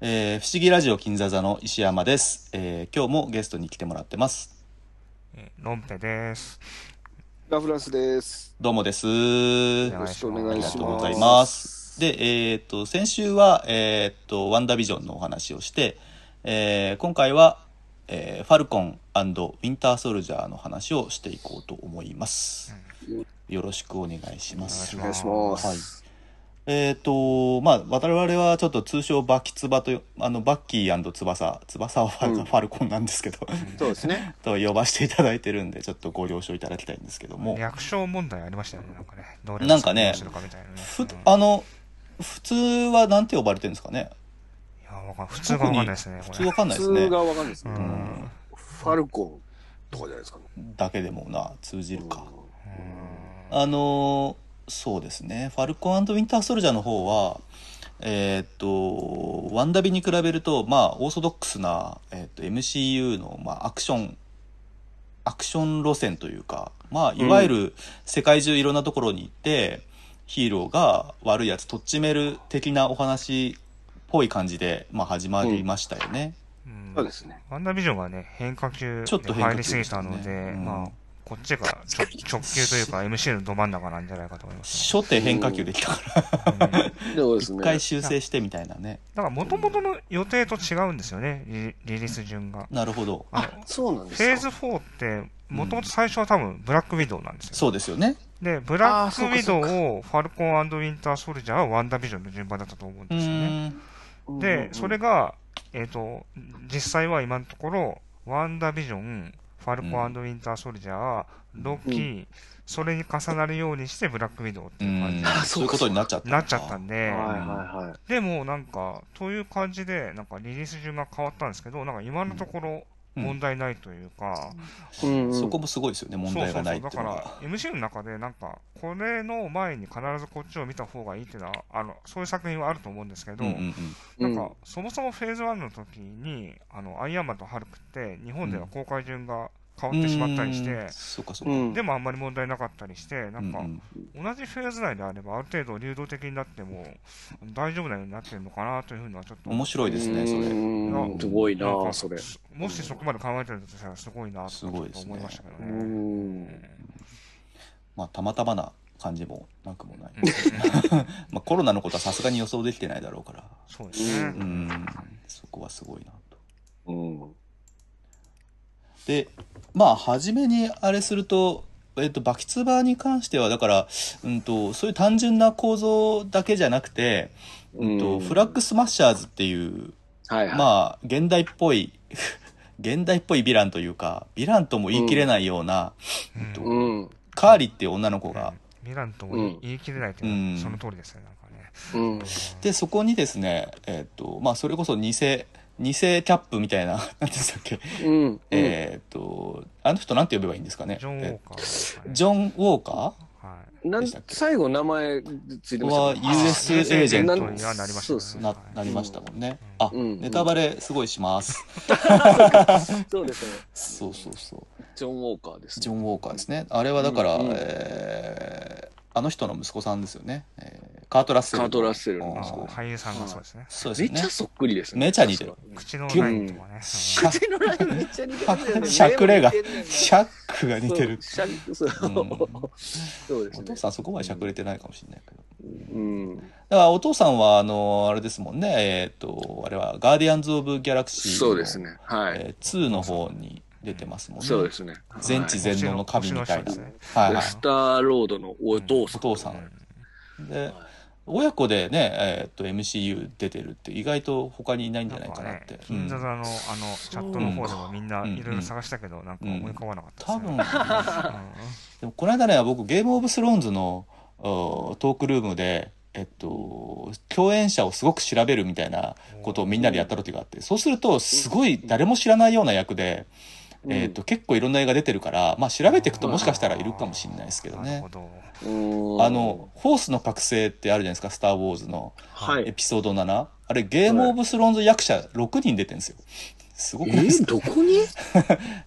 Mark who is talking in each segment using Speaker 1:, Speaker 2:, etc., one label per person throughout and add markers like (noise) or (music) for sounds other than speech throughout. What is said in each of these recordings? Speaker 1: えー不思議ラジオ金座座の石山です、えー今日もゲストに来てもらってます
Speaker 2: えーのんぺです。
Speaker 3: ラフランスです。
Speaker 1: どうもです
Speaker 2: よ
Speaker 3: よ
Speaker 1: あ
Speaker 3: ろしくお願
Speaker 1: り
Speaker 3: い
Speaker 1: が
Speaker 3: し
Speaker 1: とうご
Speaker 3: ま
Speaker 1: ざ
Speaker 3: す。
Speaker 1: いますでえーっと先週はえーっとワンダービジョンのお話をして、えー今回は、えーファルコンウィンターソルジャーの話をしていこうと思います、よろしくお願いします
Speaker 3: お願いします。
Speaker 1: えーとまあ、我々はちょっと通称バキツバとよあのバッキー翼翼はファ,、
Speaker 3: うん
Speaker 1: ファルコンなんですけど
Speaker 3: そうですね。
Speaker 1: と呼ばせていただいてるんでちょっとご了承いただきたいんですけども、
Speaker 2: 略称問題ありましたよね、なんかね。どれ
Speaker 1: なんかね
Speaker 2: どうするかみたいなね。
Speaker 1: ふ
Speaker 2: うん
Speaker 1: あの普通はなんて呼ばれてるんですかね
Speaker 2: いや、わかん普通がわかんないですね、
Speaker 1: 普
Speaker 2: こ
Speaker 1: 通
Speaker 2: れ
Speaker 1: わ。かんないです
Speaker 3: 普
Speaker 1: ね
Speaker 3: 通がわかんないです
Speaker 2: う
Speaker 3: ね。
Speaker 2: ん。
Speaker 3: ファルコンとかじゃないですかね。
Speaker 1: だけでもな通じるか、
Speaker 2: うん
Speaker 1: あのーそうですね「ファルコンウィンター・ソルジャー」の方はえーっとワンダビに比べるとまあオーソドックスな、えーっと MCU の、まあ、アクションアクション路線というかまあいわゆる世界中いろんなところに行って、ヒーローが悪いやつとっちめる的なお話っぽい感じで、まあ、始まりましたよね。
Speaker 2: うん
Speaker 3: そうですね。
Speaker 2: ワンダービジョンがね、変化球
Speaker 1: ちょっと
Speaker 2: に
Speaker 1: 変化球
Speaker 2: 入りすぎたの
Speaker 1: ですね
Speaker 2: で、
Speaker 1: うん
Speaker 2: まあ、こっちがちょ直球というか MC のど真ん中なんじゃないかと思います
Speaker 1: 初手変化球できたから (laughs)
Speaker 2: ね。うん
Speaker 3: そうです
Speaker 1: 一
Speaker 3: ね。
Speaker 1: 回修正してみたいなね。
Speaker 2: だから、もともとの予定と違うんですよね、リリリース順が。
Speaker 1: なるほど。
Speaker 2: あの
Speaker 3: そうなんで
Speaker 2: フェー
Speaker 3: す
Speaker 2: ズ
Speaker 3: か。
Speaker 2: 4って、もともと最初は多分、ブラックウィドウなんですよ。
Speaker 1: そうですよね。
Speaker 2: で、ブラ
Speaker 3: あー
Speaker 2: ック
Speaker 3: そ
Speaker 2: ウィド
Speaker 3: うかそうか
Speaker 2: ウをファルコンウィンター・ソルジャーはワンダービジョンの順番だったと思うん
Speaker 1: う
Speaker 2: ですよね。
Speaker 1: ん。
Speaker 2: で、それが、えっ、と、実際は今のところ、ワンダービジョン、ファルコンウィンター・ソルジャー、ロッキー、それに重なるようにしてブラックウィドウって
Speaker 1: う
Speaker 2: いう感
Speaker 1: ん
Speaker 2: じ
Speaker 1: そういうことになっちゃった
Speaker 2: に
Speaker 1: のか。
Speaker 2: なっちゃったんで、
Speaker 3: はいはいはい。
Speaker 2: でもなんか、という感じで、なんかリリース順が変わったんですけど、なんか今のところ
Speaker 1: うん
Speaker 2: 問題ないというか、
Speaker 3: うんうん
Speaker 1: そこもすごいですよね、問題がないっ
Speaker 2: そう
Speaker 1: て
Speaker 2: そ
Speaker 1: いう
Speaker 2: う
Speaker 1: の
Speaker 2: そう
Speaker 1: が。
Speaker 2: だから MC の中でなんかこれの前に必ずこっちを見た方がいいっていうのはあのそういう作品はあると思うんですけど、
Speaker 1: うんうんうん
Speaker 2: なんかそもそもフェーズ1の時にあのアイアンマンとハルクって日本では公開順が変わってしまったりして、
Speaker 1: うーんそうかそう
Speaker 3: う
Speaker 1: か。
Speaker 3: ん。
Speaker 2: でもあんまり問題なかったりしてなんか
Speaker 1: うんうん
Speaker 2: 同じフェーズ内であればある程度流動的になっても大丈夫なようになってるのかなというふうのはちょっと
Speaker 1: 面白いですね、それ。
Speaker 3: うん
Speaker 2: な
Speaker 3: すごいな
Speaker 2: なんか
Speaker 3: あそれ。
Speaker 2: もしそこまで考えてるとしたらすごいなとちょっと思いましたけど
Speaker 3: う
Speaker 2: ね。
Speaker 3: ん。
Speaker 1: まあ、たまたまな感じもなくもない。
Speaker 2: うん
Speaker 1: まあ、コロナのことはさすがに予想できてないだろうから。
Speaker 2: そうですね
Speaker 1: う。ん。そこはすごいなと。
Speaker 3: うん。
Speaker 1: で、まあ、初めにあれすると、えっと、バキツバに関しては、だから、うんと、そういう単純な構造だけじゃなくて、うんと、フラッグスマッシャーズっていう、
Speaker 3: はいはい。
Speaker 1: まあ、現代っぽい、 (laughs) 現代っぽいヴィランというか、ヴィランとも言い切れないような、
Speaker 2: うん
Speaker 3: うん。
Speaker 1: カーリっていう女の子が、
Speaker 2: うんミランとも言い,、
Speaker 3: うん
Speaker 2: 切れないというの
Speaker 1: うん
Speaker 2: はその通りですよね、なんかね。
Speaker 3: うん。
Speaker 1: で、そこにですね、えっ、と、まあ、それこそ偽、偽キャップみたいな、 (laughs) なんでしたっけ、
Speaker 3: うん。
Speaker 1: えっと、あの人なんて呼べばいいんですかね。
Speaker 2: ジョン・ウォーカーですか
Speaker 1: え
Speaker 2: ね。
Speaker 1: ジョン・ウォーカ
Speaker 2: はい。
Speaker 3: なん最後名前ついてました
Speaker 1: は US エージェント
Speaker 2: にはなりま
Speaker 3: そうで
Speaker 2: し
Speaker 3: す
Speaker 2: た
Speaker 1: ー
Speaker 2: ね。
Speaker 1: な
Speaker 2: は、い
Speaker 1: なりましたもんね。あ、
Speaker 3: うん
Speaker 1: ネタバレすごいします。
Speaker 3: そうですね。
Speaker 1: そうそうそう。
Speaker 3: ジョン・ウォーカーです。
Speaker 1: ジョン・ウォーカーですね。あれはだから、
Speaker 3: うんうん
Speaker 1: えーあの人の息子さんですよね。えーカート・ラッセル。
Speaker 3: カートラッセルの
Speaker 2: あ
Speaker 3: 息子
Speaker 2: の俳優さんがそうですね。
Speaker 1: そうです
Speaker 3: め
Speaker 1: よ
Speaker 3: っ
Speaker 1: ね
Speaker 3: ちゃ。そっくりですね。
Speaker 1: めちゃ似てる。
Speaker 2: 口のラインとかね。
Speaker 1: シャ
Speaker 3: 口のラインめっちゃ似てるんだよね。
Speaker 1: しゃくれが
Speaker 3: 目も似てんだよね
Speaker 1: シャックが似てる。
Speaker 3: そうしゃそ
Speaker 1: う
Speaker 3: う
Speaker 1: ん
Speaker 3: そうで
Speaker 1: お
Speaker 3: す
Speaker 1: 父
Speaker 3: ね。
Speaker 1: さんそこまでしゃくれてないかもしれないけど。
Speaker 3: うん。
Speaker 1: だからお父さんは、あの、あれですもんね、えっ、と、あれは、ガーディアンズ・オブ・ギャラクシーの
Speaker 3: そうですね。はい。
Speaker 1: えー2の方に出てますもんね。
Speaker 3: そうですね。
Speaker 1: 全知
Speaker 3: はい
Speaker 1: 全能の神みたいな。
Speaker 2: 星の星の人で
Speaker 1: はい
Speaker 3: ウ
Speaker 1: は
Speaker 3: ェ
Speaker 1: い。
Speaker 3: スターロードのお父さ
Speaker 1: お
Speaker 3: ん。
Speaker 1: 父さ。
Speaker 2: うんん
Speaker 1: で、親子でね、えっ、と、MCU 出てるって意外と他にいないんじゃない
Speaker 2: なん
Speaker 1: か
Speaker 2: か
Speaker 1: なっ
Speaker 2: ね
Speaker 1: て。、
Speaker 2: 銀座
Speaker 1: うん
Speaker 2: のあのチャットの方でもみんないろいろ探したけど、なんか思い浮かばなかった
Speaker 1: 多
Speaker 2: です
Speaker 1: 分
Speaker 2: ね。、
Speaker 1: でもこの間ね僕ゲームオブスローンズのおトークルームで、えっと、共演者をすごく調べるみたいなことをみんなでやった時があってそうするとすごい誰も知らないような役で、
Speaker 3: うん
Speaker 1: えっと、結構いろんな映画出てるから、まあ、調べていくともしかしたらいるかもしれないですけど
Speaker 2: なる
Speaker 1: ね
Speaker 2: ほ。ど。
Speaker 3: うん
Speaker 1: あの、ホースの覚醒ってあるじゃないですか「スター・ウォーズ」の
Speaker 3: は
Speaker 1: エ
Speaker 3: い。
Speaker 1: ピソード7あれゲームオブスローンズ役者6人出てるんですよ。すご
Speaker 3: え
Speaker 1: くないです
Speaker 3: ー
Speaker 1: か
Speaker 3: どこに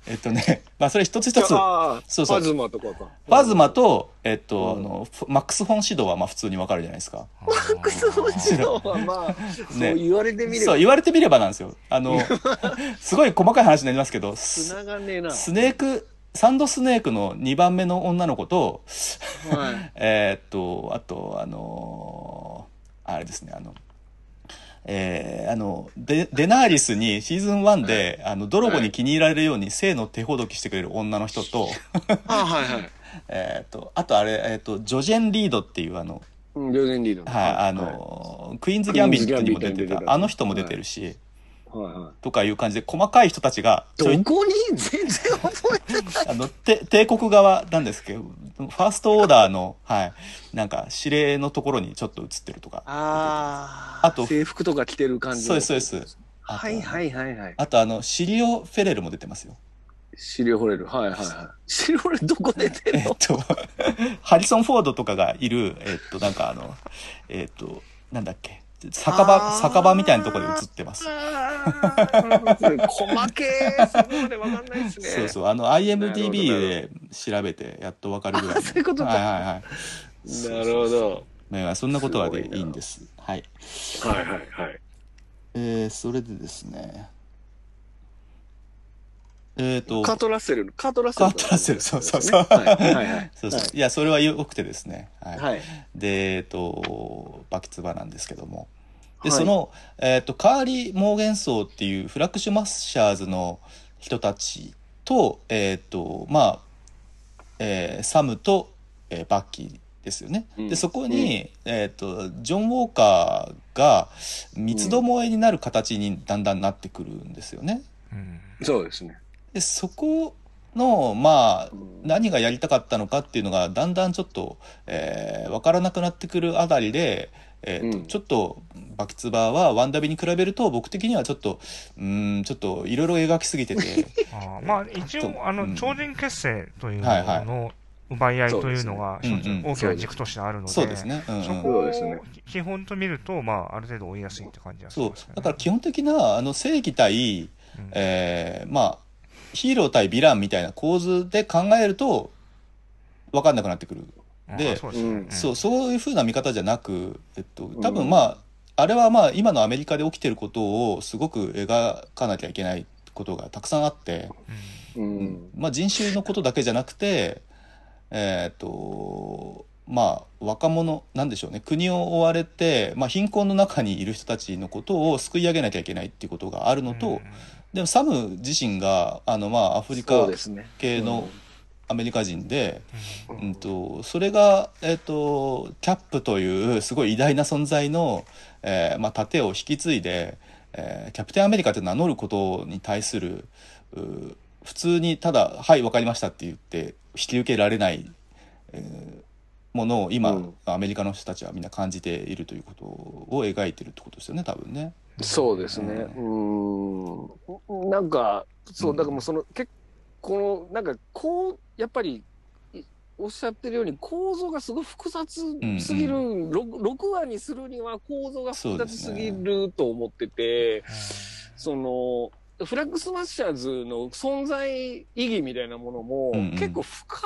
Speaker 1: えっとね、まあそれ一つ一つ、
Speaker 3: ああ、
Speaker 1: そうそう
Speaker 3: パズマとかか。
Speaker 1: バズマと、えっと、
Speaker 3: うん
Speaker 1: あの、フマックス・フォン・シドはまあ普通にわかるじゃないですか。
Speaker 2: マッ
Speaker 3: クソ文字のはまあ、そう言われてみれば
Speaker 1: そう、言われてみればなんですよ。あの、 (laughs) すごい細かい話になりますけど、ス
Speaker 3: 繋がねえな。
Speaker 1: スネーク、サンドスネークの2番目の女の子と、
Speaker 3: はい。
Speaker 1: えーっと、あと、あのーあれですね、あの、えーあの、デ、デナーリスにシーズン1で、あの、泥棒に気に入られるように性の手ほどきしてくれる女の人
Speaker 3: (laughs)
Speaker 1: と、
Speaker 3: あはいはい。
Speaker 1: えーっと、あとあれ、えーっと、ジョジェン・リードっていうあの、
Speaker 3: うん、両然リード。
Speaker 1: はい、あの、クイーンズ・ギャンビットにも出
Speaker 3: クイ
Speaker 1: て
Speaker 3: ーンズギャンビットにも出
Speaker 1: た
Speaker 3: て、た
Speaker 1: あの人も出てるし、
Speaker 3: はい、はいはい。
Speaker 1: とかいう感じで、細かい人たちが、ちょい
Speaker 3: どこに全然覚えてない。
Speaker 1: あの、て帝国側なんですけど、ファーストオーダーの、はい、なんか、指令のところにちょっと映ってるとか。
Speaker 3: あ
Speaker 1: あと
Speaker 3: 制服とか着てる感じ
Speaker 1: そう
Speaker 3: の
Speaker 1: です、そうです。あと
Speaker 3: はいはいはいはい。
Speaker 1: あと、あの、シリオ・フェレルも出てます
Speaker 3: (laughs)
Speaker 1: よ。
Speaker 3: シリオホレル。はいはいはい。シリオホレルどこ出てる
Speaker 1: えっ
Speaker 3: の
Speaker 1: と、ハリソン・フォードとかがいる、えっと、なんかあの、えっと、なんだっけ、酒場、
Speaker 3: あー
Speaker 1: 酒場みたいなところで映ってます。
Speaker 3: 細けえ。そこまでわかんないですね。
Speaker 1: そう
Speaker 3: う
Speaker 1: そう、あの、IMDB で調べて、やっとわかるぐらいの。
Speaker 3: あそういうことか
Speaker 1: はいはいはい。
Speaker 3: なるほど。
Speaker 1: まあまあ、そんなことはで
Speaker 3: すごいない
Speaker 1: いんです。はい。
Speaker 3: はいはいはい。
Speaker 1: えー、それでですね。えっ、ー、と、
Speaker 3: カートラッセル、カートラッセルだ。
Speaker 1: カートラッセルそうそうそう
Speaker 3: はいはいはい。
Speaker 1: そうそういや、それは良くてですね。はい。
Speaker 3: はい。
Speaker 1: で、えっ、と、バキツバなんですけども。で、
Speaker 3: はい
Speaker 1: その、えっ、と、カーリー・モーゲンソーっていうフラッグシュマッシャーズの人たちと、えっ、と、まあ、えーサムと、えーバッキーですよね。
Speaker 3: うん
Speaker 1: で、そこに、えっ、と、ジョン・ウォーカーが三つどもえになる形にだんだんなってくるんですよね。
Speaker 2: うん
Speaker 3: そうですね。
Speaker 1: でそこのまあ
Speaker 3: うん
Speaker 1: 何がやりたかったのかっていうのがだんだんちょっと、えー、分からなくなってくるあたりで、えーと
Speaker 3: うん
Speaker 1: ちょっとバキツバはワンダビに比べると僕的にはちょっとうーんちょっといろいろ描きすぎてて
Speaker 2: あーまあ一応、あ
Speaker 1: う
Speaker 2: の
Speaker 1: ん
Speaker 2: 超人結成というも
Speaker 1: はいは
Speaker 2: の
Speaker 1: い
Speaker 2: の奪い合いというのが
Speaker 1: そう
Speaker 2: 一
Speaker 1: です
Speaker 2: つ
Speaker 1: ねうんうん
Speaker 2: 大きな軸としてあるので、
Speaker 1: そうですね、うんうん
Speaker 2: そ
Speaker 3: そ
Speaker 2: こ
Speaker 3: う
Speaker 2: を
Speaker 3: ですね
Speaker 2: 基本と見ると、まあ、ある程度追いやすいって感じがし
Speaker 1: そう
Speaker 2: ますよね。
Speaker 1: だから基本的なあの正義対、
Speaker 2: うん
Speaker 1: えーまあヒーロー対ヴィランみたいな構図で考えると分かんなくなってくるで
Speaker 2: あそうですね
Speaker 3: うん
Speaker 1: そう、そういうふうな見方じゃなく、えっと、多
Speaker 3: う
Speaker 1: 分
Speaker 3: ん
Speaker 1: まあ、あれはまあ、今のアメリカで起きてることをすごく描かなきゃいけないことがたくさんあって、
Speaker 3: う。
Speaker 1: うんまあ、人種のことだけじゃなくて、えーっと、まあ、若者、なんでしょうね、国を追われて、まあ、貧困の中にいる人たちのことを救い上げなきゃいけないっていうことがあるのと、でもサム自身が、あの、まあ、アフリ
Speaker 3: そ
Speaker 1: カ
Speaker 3: うですね。
Speaker 1: 系のアメリカ人で、
Speaker 2: う
Speaker 1: うんと、それが、えっ、と、キャップというすごい偉大な存在の、えーまあ、盾を引き継いで、えーキャプテンアメリカって名乗ることに対する、うー普通にただ、はい、わかりましたって言って引き受けられない、えーものを今、
Speaker 3: うん
Speaker 1: アメリカの人たちはみんな感じているということを描いてるってことですよね、多分ね。
Speaker 3: そうですね。うん。なんか、そう、だからもうその、結構、この、なんか、こう、やっぱり、いおっしゃってるように構造がすごい複雑すぎる、
Speaker 1: う
Speaker 3: ろく 6, 話にするには構造が複雑すぎ
Speaker 1: そう
Speaker 3: ると思ってて、その、フラッグスマッシャーズの存在意義みたいなものも、
Speaker 1: うんうん
Speaker 3: 結構深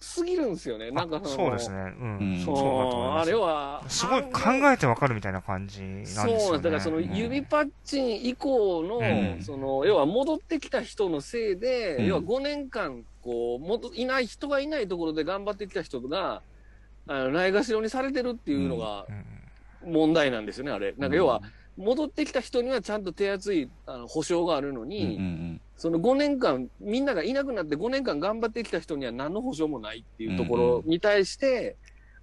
Speaker 3: すぎるんですよね。なんか
Speaker 2: あそうです
Speaker 3: ね。
Speaker 2: ね。うん。
Speaker 1: うん
Speaker 2: そ
Speaker 3: そう
Speaker 2: だと思い
Speaker 3: の
Speaker 2: ま
Speaker 3: あ
Speaker 2: す
Speaker 3: れ。は、
Speaker 2: すごい考えてわかるみたいな感じなんですよね。
Speaker 3: そうなんですだからその
Speaker 2: うん
Speaker 3: 指パッチン以降の、
Speaker 1: うん
Speaker 3: その要は戻ってきた人のせいで、
Speaker 1: うん
Speaker 3: 要は5年間こう戻いない人がいないところで頑張ってきた人があのないがしろにされてるっていうのが
Speaker 2: うん
Speaker 3: 問題なんですよね、あれ。なんか要は、戻ってきた人にはちゃんと手厚いあの保証があるの
Speaker 1: うんうん
Speaker 3: に、
Speaker 1: うん
Speaker 3: その5年間みんながいなくなって5年間頑張ってきた人には何の保証もないっていうところに対して、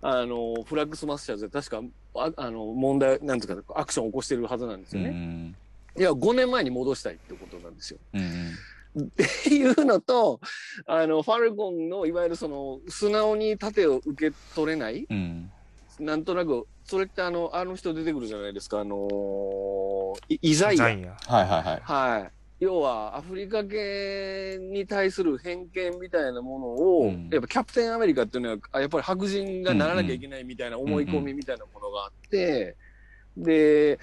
Speaker 3: あのフラッグスマッシャーズで確かああの問題なんですかアクションを起こしてるはずなんです
Speaker 1: うん
Speaker 3: よ
Speaker 1: う
Speaker 3: ね、
Speaker 1: ん
Speaker 3: いや5年前に戻したいってことなんですよ
Speaker 1: うん
Speaker 3: っていうのとあのファルコンのいわゆるその素直に盾を受け取れない
Speaker 1: うんうん
Speaker 3: なんとなくそれってあのあの人出てくるじゃないですかあのーいイザ
Speaker 2: ザ
Speaker 3: イア
Speaker 2: イア。
Speaker 1: はいはいはい。
Speaker 3: はい。要は、アフリカ系に対する偏見みたいなもの
Speaker 1: う
Speaker 3: を、
Speaker 1: ん
Speaker 3: やっぱキャプテンアメリカっていうのは、あやっぱり白人がならなきゃいけないみたいな思い込みみたいなものがあって、で、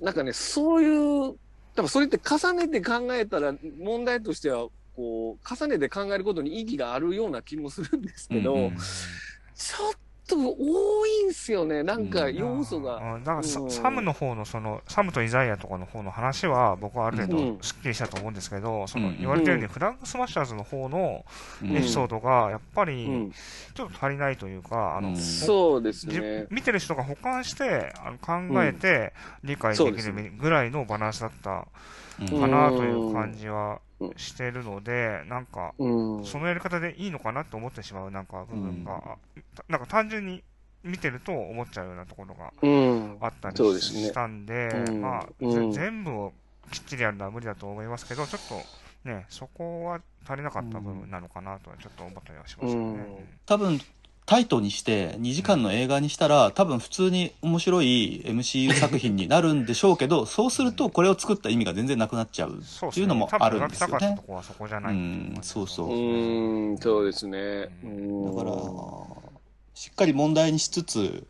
Speaker 3: なんかね、そういう、多分それって重ねて考えたら、問題としては、こう、重ねて考えることに意義があるような気もするんですけど、
Speaker 1: うん
Speaker 2: うん
Speaker 3: ちょっと多いんすよね、なんか
Speaker 1: うん
Speaker 3: 要素が。
Speaker 2: うんだからサ,、
Speaker 3: うん
Speaker 2: サムの方のそのサムとイザヤとかの方の話は僕はある程
Speaker 3: うん
Speaker 2: 度すっきりしたと思うんですけど、そうの
Speaker 1: ん
Speaker 2: 言われたようにフラッグスマッシャーズの方の
Speaker 1: うん
Speaker 2: エピソードがやっぱ
Speaker 3: う
Speaker 2: り
Speaker 3: ん、
Speaker 2: ちょっと足りないというか、あの
Speaker 1: うん
Speaker 3: そうです
Speaker 2: じ
Speaker 3: ね。
Speaker 2: 見てる人が保管してあの考えて理解
Speaker 3: そ
Speaker 2: で
Speaker 3: うで
Speaker 2: き
Speaker 3: すね
Speaker 2: るぐらいのバランスだった
Speaker 1: うん
Speaker 2: かなという感じはしてるので、なんか
Speaker 3: うん。
Speaker 2: そのやり方でいいのかなと思ってしまうなんか部分が、なんか単純に見てると思っちゃうようなところが
Speaker 3: うん。
Speaker 2: あったり
Speaker 3: そうですね
Speaker 2: したんで、
Speaker 3: うん
Speaker 2: まあ、
Speaker 3: うん
Speaker 2: ぜ全部をきっちりやるのは無理だと思いますけど、ちょっとね、そこは足りなかった部分なのかなとはちょっと思ったりはしましたね。
Speaker 1: 多分タイトにして2時間の映画にしたら多分普通に面白い MCU 作品になるんでしょうけどそうするとこれを作った意味が全然なくなっちゃう
Speaker 2: そう
Speaker 1: って
Speaker 2: です
Speaker 1: いう
Speaker 2: ね。
Speaker 1: のもあるん
Speaker 2: 多分描
Speaker 1: で
Speaker 2: き
Speaker 1: す
Speaker 2: た
Speaker 1: よ
Speaker 2: かったと
Speaker 1: ね。
Speaker 2: こはそこじゃないってい
Speaker 1: うんそうそう
Speaker 3: うん、そうですね。う
Speaker 1: だ
Speaker 3: ん。
Speaker 1: からしっかり問題にしつつ、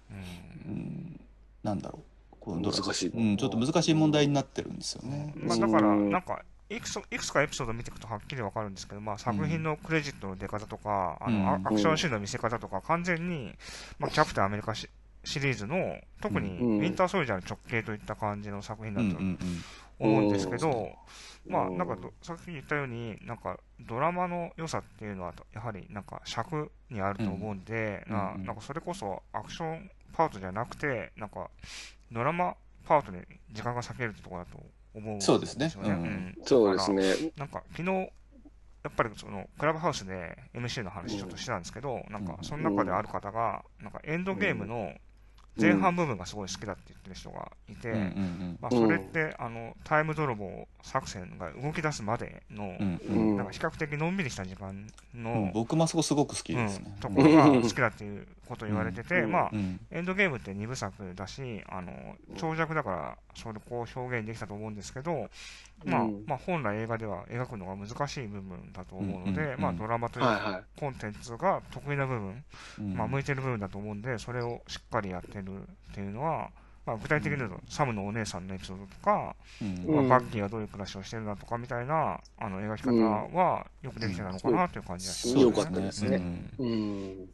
Speaker 2: うん
Speaker 1: うん、なんだろうこのドラ
Speaker 3: 難しい。
Speaker 1: うん、ちょっと難しい問題になってるんですよね。
Speaker 2: まあ、だから、
Speaker 3: うん
Speaker 2: なんか、いくついくつかエピソード見ていくとはっきりわかるんですけど、まあ、作品のクレジットの出方とか、あの
Speaker 1: うん
Speaker 2: アアクションシーンの見せ方とか、完全に、まあ、キャプテンアメリカシシリーズの、特に
Speaker 3: うん
Speaker 2: ウィンターソルジャーの直系といった感じの作品
Speaker 1: う
Speaker 2: だ
Speaker 1: ん
Speaker 2: と思うんですけど、
Speaker 3: うん
Speaker 2: まあ、
Speaker 3: うん
Speaker 2: なんかど、さっき言ったように、なんか、ドラマの良さっていうのは、やはり、なんか、尺にあると思うんで、
Speaker 1: うん
Speaker 2: な
Speaker 1: うん
Speaker 2: なんか、それこそ、アクションパートじゃなくて、なんか、ドラマパートに時間が割けるってところだと思うんです
Speaker 1: そ
Speaker 2: よね。
Speaker 1: うですねうん
Speaker 2: ん
Speaker 3: そうです。ね。
Speaker 2: なんか、昨日、やっぱりそのクラブハウスで MC の話ちょっとしてたんですけど、なんかその中である方が、なんかエンドゲームの前半部分がすごい好きだって言ってる人がいて、
Speaker 1: うんうんうん
Speaker 2: まあ、
Speaker 3: うん
Speaker 2: それって、あのタイム泥棒作戦が動き出すまでの、
Speaker 1: うん
Speaker 3: う
Speaker 1: うん
Speaker 3: ん。
Speaker 2: なんか比較的のんびりした時間
Speaker 1: う
Speaker 2: の
Speaker 1: ん、僕もあそこすごく好き
Speaker 2: う
Speaker 1: ですね
Speaker 2: ん。ところが好きだっていうことを言われてて、
Speaker 3: うん
Speaker 2: まあ
Speaker 1: う、ん
Speaker 2: エンドゲームって2部作だし、あの長尺だから、それこう表現できたと思うんですけど、まあ
Speaker 3: うん
Speaker 2: まあ、本来映画では描くのが難しい部分だと思うの
Speaker 1: うんうん
Speaker 2: で
Speaker 1: う、ん
Speaker 2: まあ、ドラマとい
Speaker 3: はいうは
Speaker 2: コンテンツが得意な部分、
Speaker 1: うん
Speaker 2: まあ、向いてる部分だと思うんで、それをしっかりやってるっていうのは、まあ、具体的に言うと、サムのお姉さんのエピソードとか、
Speaker 1: うん
Speaker 3: うん
Speaker 2: まあ、バッキーがどういう暮らしをしてるだとかみたいなあの描き方はよくできてたのかなという感じがします
Speaker 3: 良かったですね
Speaker 1: うん
Speaker 3: い。うん。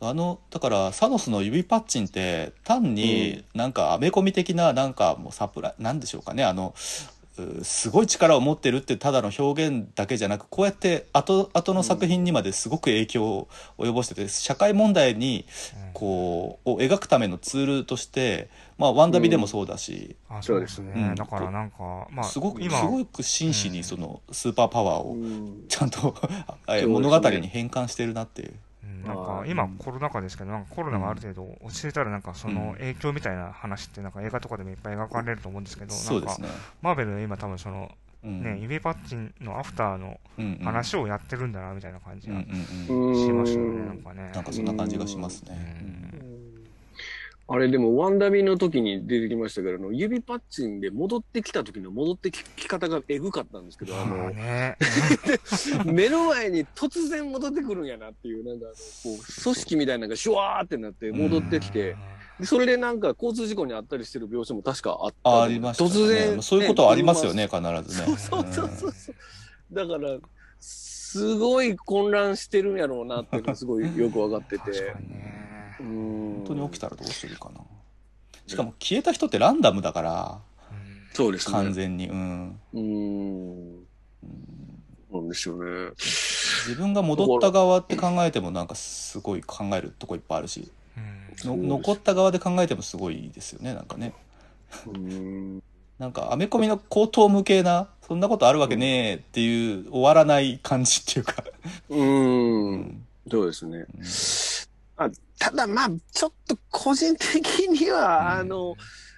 Speaker 1: あの、だから、サノスの指パッチンって、単になんかアメコミ的な、なんかもうサプライ、なんでしょうかね、あの、うすごい力を持ってるってただの表現だけじゃなくこうやって後後の作品にまですごく影響を及ぼしてて社会問題に
Speaker 2: うん
Speaker 1: こうを描くためのツールとして、まあ、ワンダビでもそうだし、
Speaker 2: あそうです
Speaker 3: そう
Speaker 1: ですねう
Speaker 2: ね
Speaker 1: ん。
Speaker 2: だからなんか、まあ、
Speaker 1: すごく
Speaker 2: 今
Speaker 1: すごく真摯にそのスーパーパワーを
Speaker 3: うん
Speaker 1: ちゃ
Speaker 2: (laughs)
Speaker 1: んと、え
Speaker 3: すね
Speaker 1: 物語に変換してるなっていう。
Speaker 2: うんなん
Speaker 3: あ
Speaker 2: か
Speaker 3: ー
Speaker 2: 今
Speaker 1: うん
Speaker 2: コロナ禍ですけど、なんかコロナがある程度落ち着いたら、なんかその影響みたいな話って、なんか映画とかでもいっぱい描かれると思うんですけど、
Speaker 1: そう
Speaker 2: なん
Speaker 1: で
Speaker 2: か
Speaker 1: すね。
Speaker 2: マーベルは今、多分その
Speaker 1: うん
Speaker 2: ね、指パッチンのアフターの
Speaker 1: うんうん
Speaker 2: 話をやってるんだなみたいな感じ
Speaker 1: うんう
Speaker 2: が
Speaker 1: んうん
Speaker 2: しましたね、
Speaker 3: うん
Speaker 2: なんかね。
Speaker 1: なんかそんな感じがしますね。
Speaker 2: うん
Speaker 3: あれでもワンダビの時に出てきましたけど、あの指パッチンで戻ってきた時の戻ってき方がエグかったんですけど、あ
Speaker 2: まあ
Speaker 3: の、
Speaker 2: ね、
Speaker 3: 目の前に突然戻ってくるんやなっていう、なんかあの、こう、組織みたいなのがシュワーってなって戻ってきて、でそれでなんか交通事故にあったりしてる描写も確かあったと思う。
Speaker 1: あありましたね。
Speaker 3: 突然。
Speaker 1: そういうことはありますよね、必ずね。
Speaker 3: そうそうそうそうそう。だから、すごい混乱してるんやろうなっていうのがすごいよく分か
Speaker 1: (laughs)
Speaker 3: ってて。
Speaker 2: 確かにね。
Speaker 3: 本
Speaker 1: 本当に起きたらどうするかな。しかも消えた人ってランダムだから、
Speaker 2: うん
Speaker 3: そうですね。
Speaker 1: 完全に。うん。
Speaker 3: うー
Speaker 1: う
Speaker 3: ん。
Speaker 1: ん
Speaker 3: なんですよね。
Speaker 1: 自分が戻った側って考えてもなんかすごい考えるとこいっぱいあるし、
Speaker 2: うん
Speaker 1: の
Speaker 3: そうです
Speaker 1: 残った側で考えてもすごいですよね、なんかね。
Speaker 3: うーん。
Speaker 1: なんかアメコミの口頭無形な、そんなことあるわけねえっていう終わらない感じっていうか。
Speaker 3: うー。
Speaker 1: うんん
Speaker 3: そうですね。
Speaker 1: うん
Speaker 3: あただまあ、ちょっと個人的には、
Speaker 1: うん
Speaker 3: あの、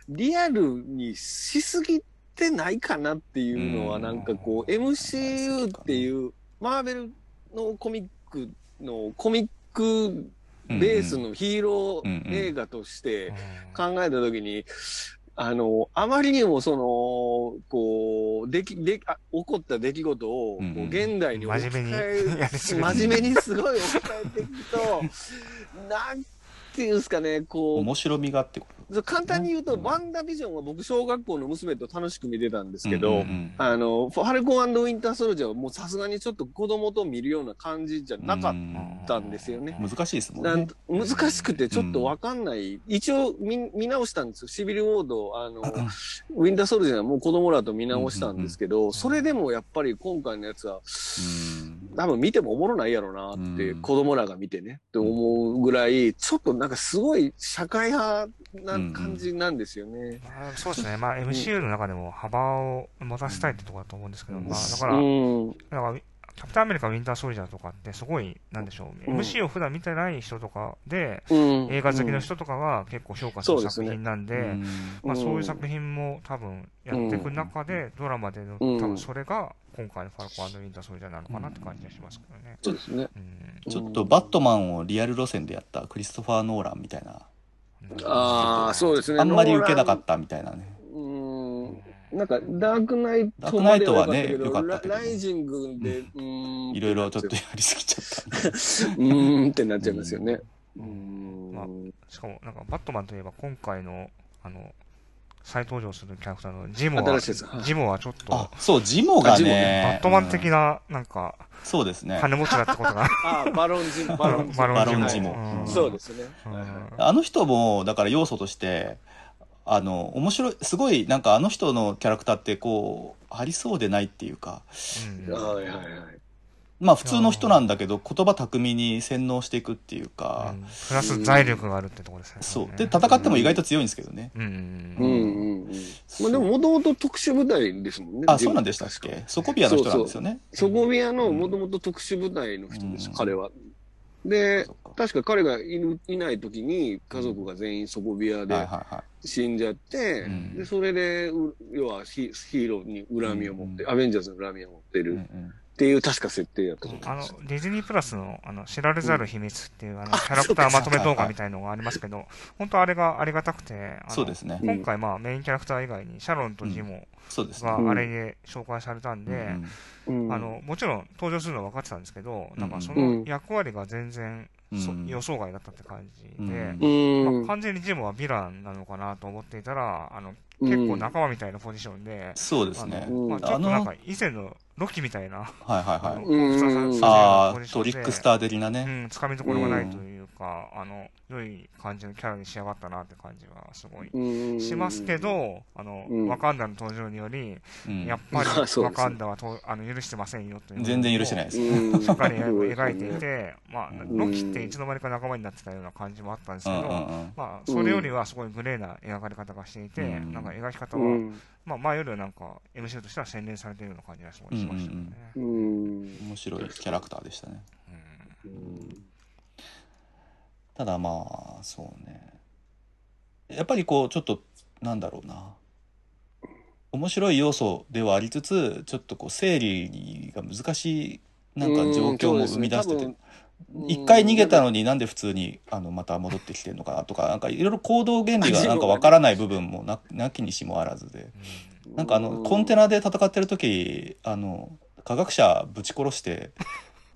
Speaker 3: リアルにしすぎてないかなっていうのは、
Speaker 1: うん
Speaker 3: なんかこう、MCU っていう、マーベルのコミックの、コミックベースのヒーロー映画として、考えたときに、あの、あまりにもその、こう、でき、で、あ起こった出来事を、こ
Speaker 1: うんう
Speaker 3: うん現代に置き
Speaker 2: 真面
Speaker 3: 換
Speaker 2: 目にやり
Speaker 3: え、
Speaker 2: すぎる
Speaker 3: 真面目にすごい置き換えていくと、なんていうんですかね、こ
Speaker 1: 面白みがあってこと
Speaker 3: そう簡単に言うと、ワンダービジョンは僕、小学校の娘と楽しく見てたんですけ
Speaker 1: うん
Speaker 3: ど、
Speaker 1: うんうん
Speaker 3: あの、ファルコンウィンターソルジャーはもうさすがにちょっと子供と見るような感じじゃなかっ
Speaker 2: った
Speaker 3: たんですよね。
Speaker 1: うん難しいですも
Speaker 3: なん
Speaker 1: ね
Speaker 3: ん難しくてちょっとわかんない。一応見見直したんですよ。シビル・ウォード、あの、ウィンター・ソルジャーはもう子供らと見直したんですけど、それでもやっぱり今回のやつは、
Speaker 1: うん
Speaker 3: 多分見てもおもろないやろなって、
Speaker 1: うん
Speaker 3: 子供らが見てね、って思うぐらい、ちょっとなんかすごい社会派な感じなんですよね。
Speaker 2: まあそうですね、まあ、MCU の中でも幅を持たせたいってところだと思うんですけど、まあ、だから、
Speaker 3: うん。
Speaker 2: だからキャプテンアメリカ、ウィンター・ソルジャーとかって、すごい、なんでしょう、
Speaker 3: うん
Speaker 2: MC を普段見てない人とかで、
Speaker 3: うん
Speaker 2: 映画好きの人とかは結構評価する
Speaker 3: そうです
Speaker 2: 作
Speaker 3: ね
Speaker 2: 品なんで、
Speaker 1: うん
Speaker 2: まあ、
Speaker 3: うん
Speaker 2: そういう作品も多分やっていく中で、ドラマでの、
Speaker 3: うん
Speaker 2: 多分それが今回のファルコンウィンター・ソルジャーなのかなって感じがしますけどね。
Speaker 3: そうですね。
Speaker 2: うん
Speaker 1: ちょっとバットマンをリアル路線でやったクリストファー・ノーランみたいな、
Speaker 3: ああ、そうですね。
Speaker 1: あんまり受けなかったみたいなね。
Speaker 3: うん。なんか、ダークナイ
Speaker 1: ダー
Speaker 3: ト
Speaker 1: ク
Speaker 3: ま
Speaker 1: ナ
Speaker 3: で
Speaker 1: イト
Speaker 3: は
Speaker 1: はね
Speaker 3: 良かった
Speaker 1: 良かった
Speaker 3: け
Speaker 1: け
Speaker 3: ど、
Speaker 1: ど
Speaker 3: ラライジングで、うん。
Speaker 1: いろいろちょっとやりすぎちゃった。
Speaker 3: うーんってなっちゃいますよね。うー
Speaker 2: まあ
Speaker 3: ん。
Speaker 2: しかも、なんか、バットマンといえば、今回の、あの、再登場するキャラクターのジモは、
Speaker 3: 新しいですはい
Speaker 2: ジモはちょっと
Speaker 1: あ、、そう、ジモが
Speaker 3: ジモ
Speaker 1: ね。
Speaker 2: バットマン
Speaker 1: う
Speaker 2: 的
Speaker 1: ん
Speaker 2: な、なんか、
Speaker 1: そうですね。
Speaker 2: 金持ちだって
Speaker 1: (laughs)
Speaker 2: ことが、
Speaker 3: ああ、バロン (laughs) ジム、バロンジム。
Speaker 2: バロ
Speaker 1: ン
Speaker 2: ジ
Speaker 1: ジ
Speaker 2: ム
Speaker 1: モ
Speaker 2: うん
Speaker 3: そうですね。
Speaker 2: うん
Speaker 3: はいはい
Speaker 1: あの人も、だから要素として、あの、面白い、すごい、なんかあの人のキャラクターってこう、ありそうでないっていうか、
Speaker 2: うん
Speaker 3: はいはいはい。
Speaker 1: まあ普通の人なんだけど、言葉巧みに洗脳していくっていうか
Speaker 2: う、んプラス財力があるってところですね。
Speaker 1: そう。で、戦っても意外と強いんですけどね。
Speaker 2: うん
Speaker 3: う
Speaker 2: うんん。
Speaker 3: うんうん。まあでも、もともと特殊部隊ですもんね。
Speaker 1: あ、そうなん
Speaker 3: で
Speaker 1: でしたっけソコビアの人なんですよね。
Speaker 3: ソコビアのもともと特殊部隊の人です、
Speaker 1: うん
Speaker 3: 彼は。で、
Speaker 1: そっか
Speaker 3: 確か彼がいるいない時に家族が全員ソコビア
Speaker 1: はい
Speaker 3: で
Speaker 1: はいはい。
Speaker 3: 死んじゃって、
Speaker 1: うん
Speaker 3: で、それで、う要はヒヒーローに恨みを持って、
Speaker 1: うん
Speaker 3: アベンジャーズの恨みを持って
Speaker 1: う
Speaker 3: る
Speaker 1: んうん
Speaker 3: っていう確か設定やったと思い
Speaker 2: あ
Speaker 3: ま
Speaker 2: の
Speaker 3: す。、
Speaker 2: ディズニープラスの、あの、知られざる秘密っていう、あの、キャラクターまとめ動画みたいのがありますけど、本当あれがありがたくて、あの
Speaker 1: そうですね。
Speaker 3: うん
Speaker 2: 今回、まあ、メインキャラクター以外に、シャロンとジモ
Speaker 1: そうですね。
Speaker 2: があれで紹介されたん
Speaker 1: うんう
Speaker 2: で、
Speaker 1: ん
Speaker 3: うん
Speaker 2: あの、もちろん登場するのは分かってたんですけど、なんかそ
Speaker 3: う
Speaker 2: の
Speaker 3: ん
Speaker 2: 役割が全然、そ
Speaker 1: うん
Speaker 2: 予想外だったって感じ
Speaker 1: う
Speaker 2: で
Speaker 1: ん、
Speaker 3: うん
Speaker 2: まあ、完全にジムはヴィランなのかなと思っていたら、あの、結構仲間みたいなポジションで、
Speaker 1: そうですね
Speaker 2: あ。のまあ、ちょっと
Speaker 1: あの
Speaker 2: なんか以前のロキみたいな、
Speaker 1: はいはい
Speaker 2: あ
Speaker 1: は
Speaker 2: の
Speaker 1: い。
Speaker 3: うん
Speaker 2: ささささ
Speaker 1: あ
Speaker 2: ポ
Speaker 1: あ、
Speaker 2: ジシ
Speaker 1: ト
Speaker 2: ョンで
Speaker 1: リックスター的な
Speaker 2: う
Speaker 1: ね。
Speaker 2: ん、つかみどころがないというか、あの、良い感じのキャラに仕上がったなって感じはすごい。
Speaker 3: うん
Speaker 2: しますけ、ど、あの、
Speaker 3: うん
Speaker 2: ワカンダの登場により、
Speaker 1: うん
Speaker 2: やっぱり
Speaker 3: まあ (laughs) そうですね
Speaker 2: ワカンダはとあの許してませんよという。
Speaker 1: 全然許してない
Speaker 2: い。
Speaker 1: です。
Speaker 3: (laughs) うん
Speaker 2: しっかり描いていて、まあ、
Speaker 1: うん
Speaker 2: ロキっていつの間にか仲間になってたような感じもあったんですけ
Speaker 1: うん
Speaker 2: ど、
Speaker 1: うんうん
Speaker 2: まあ、それよりはすごいグレーな描かれ方がしていて、
Speaker 1: うん
Speaker 2: なんか描き方
Speaker 3: う
Speaker 2: は、
Speaker 3: ん
Speaker 2: まあ、前よりはなんか MC としては洗練されているような感じがすごいしましたよね。
Speaker 3: うん
Speaker 1: 面白いキャラクターでしたね。
Speaker 2: うん
Speaker 1: ただまあ、そうね。やっぱりこう、ちょっと、なんだろうな。面白い要素ではありつつ、ちょっとこう、整理が難しい、なんか状況も生み出してて。一回逃げたのになんで普通にあのまた戻ってきてるのかなとかなんかいろいろ行動原理がなんかわからない部分もななきにしもあらずでなんかあのコンテ
Speaker 3: ナ
Speaker 1: ナで戦ってる時あの科学者ぶち殺して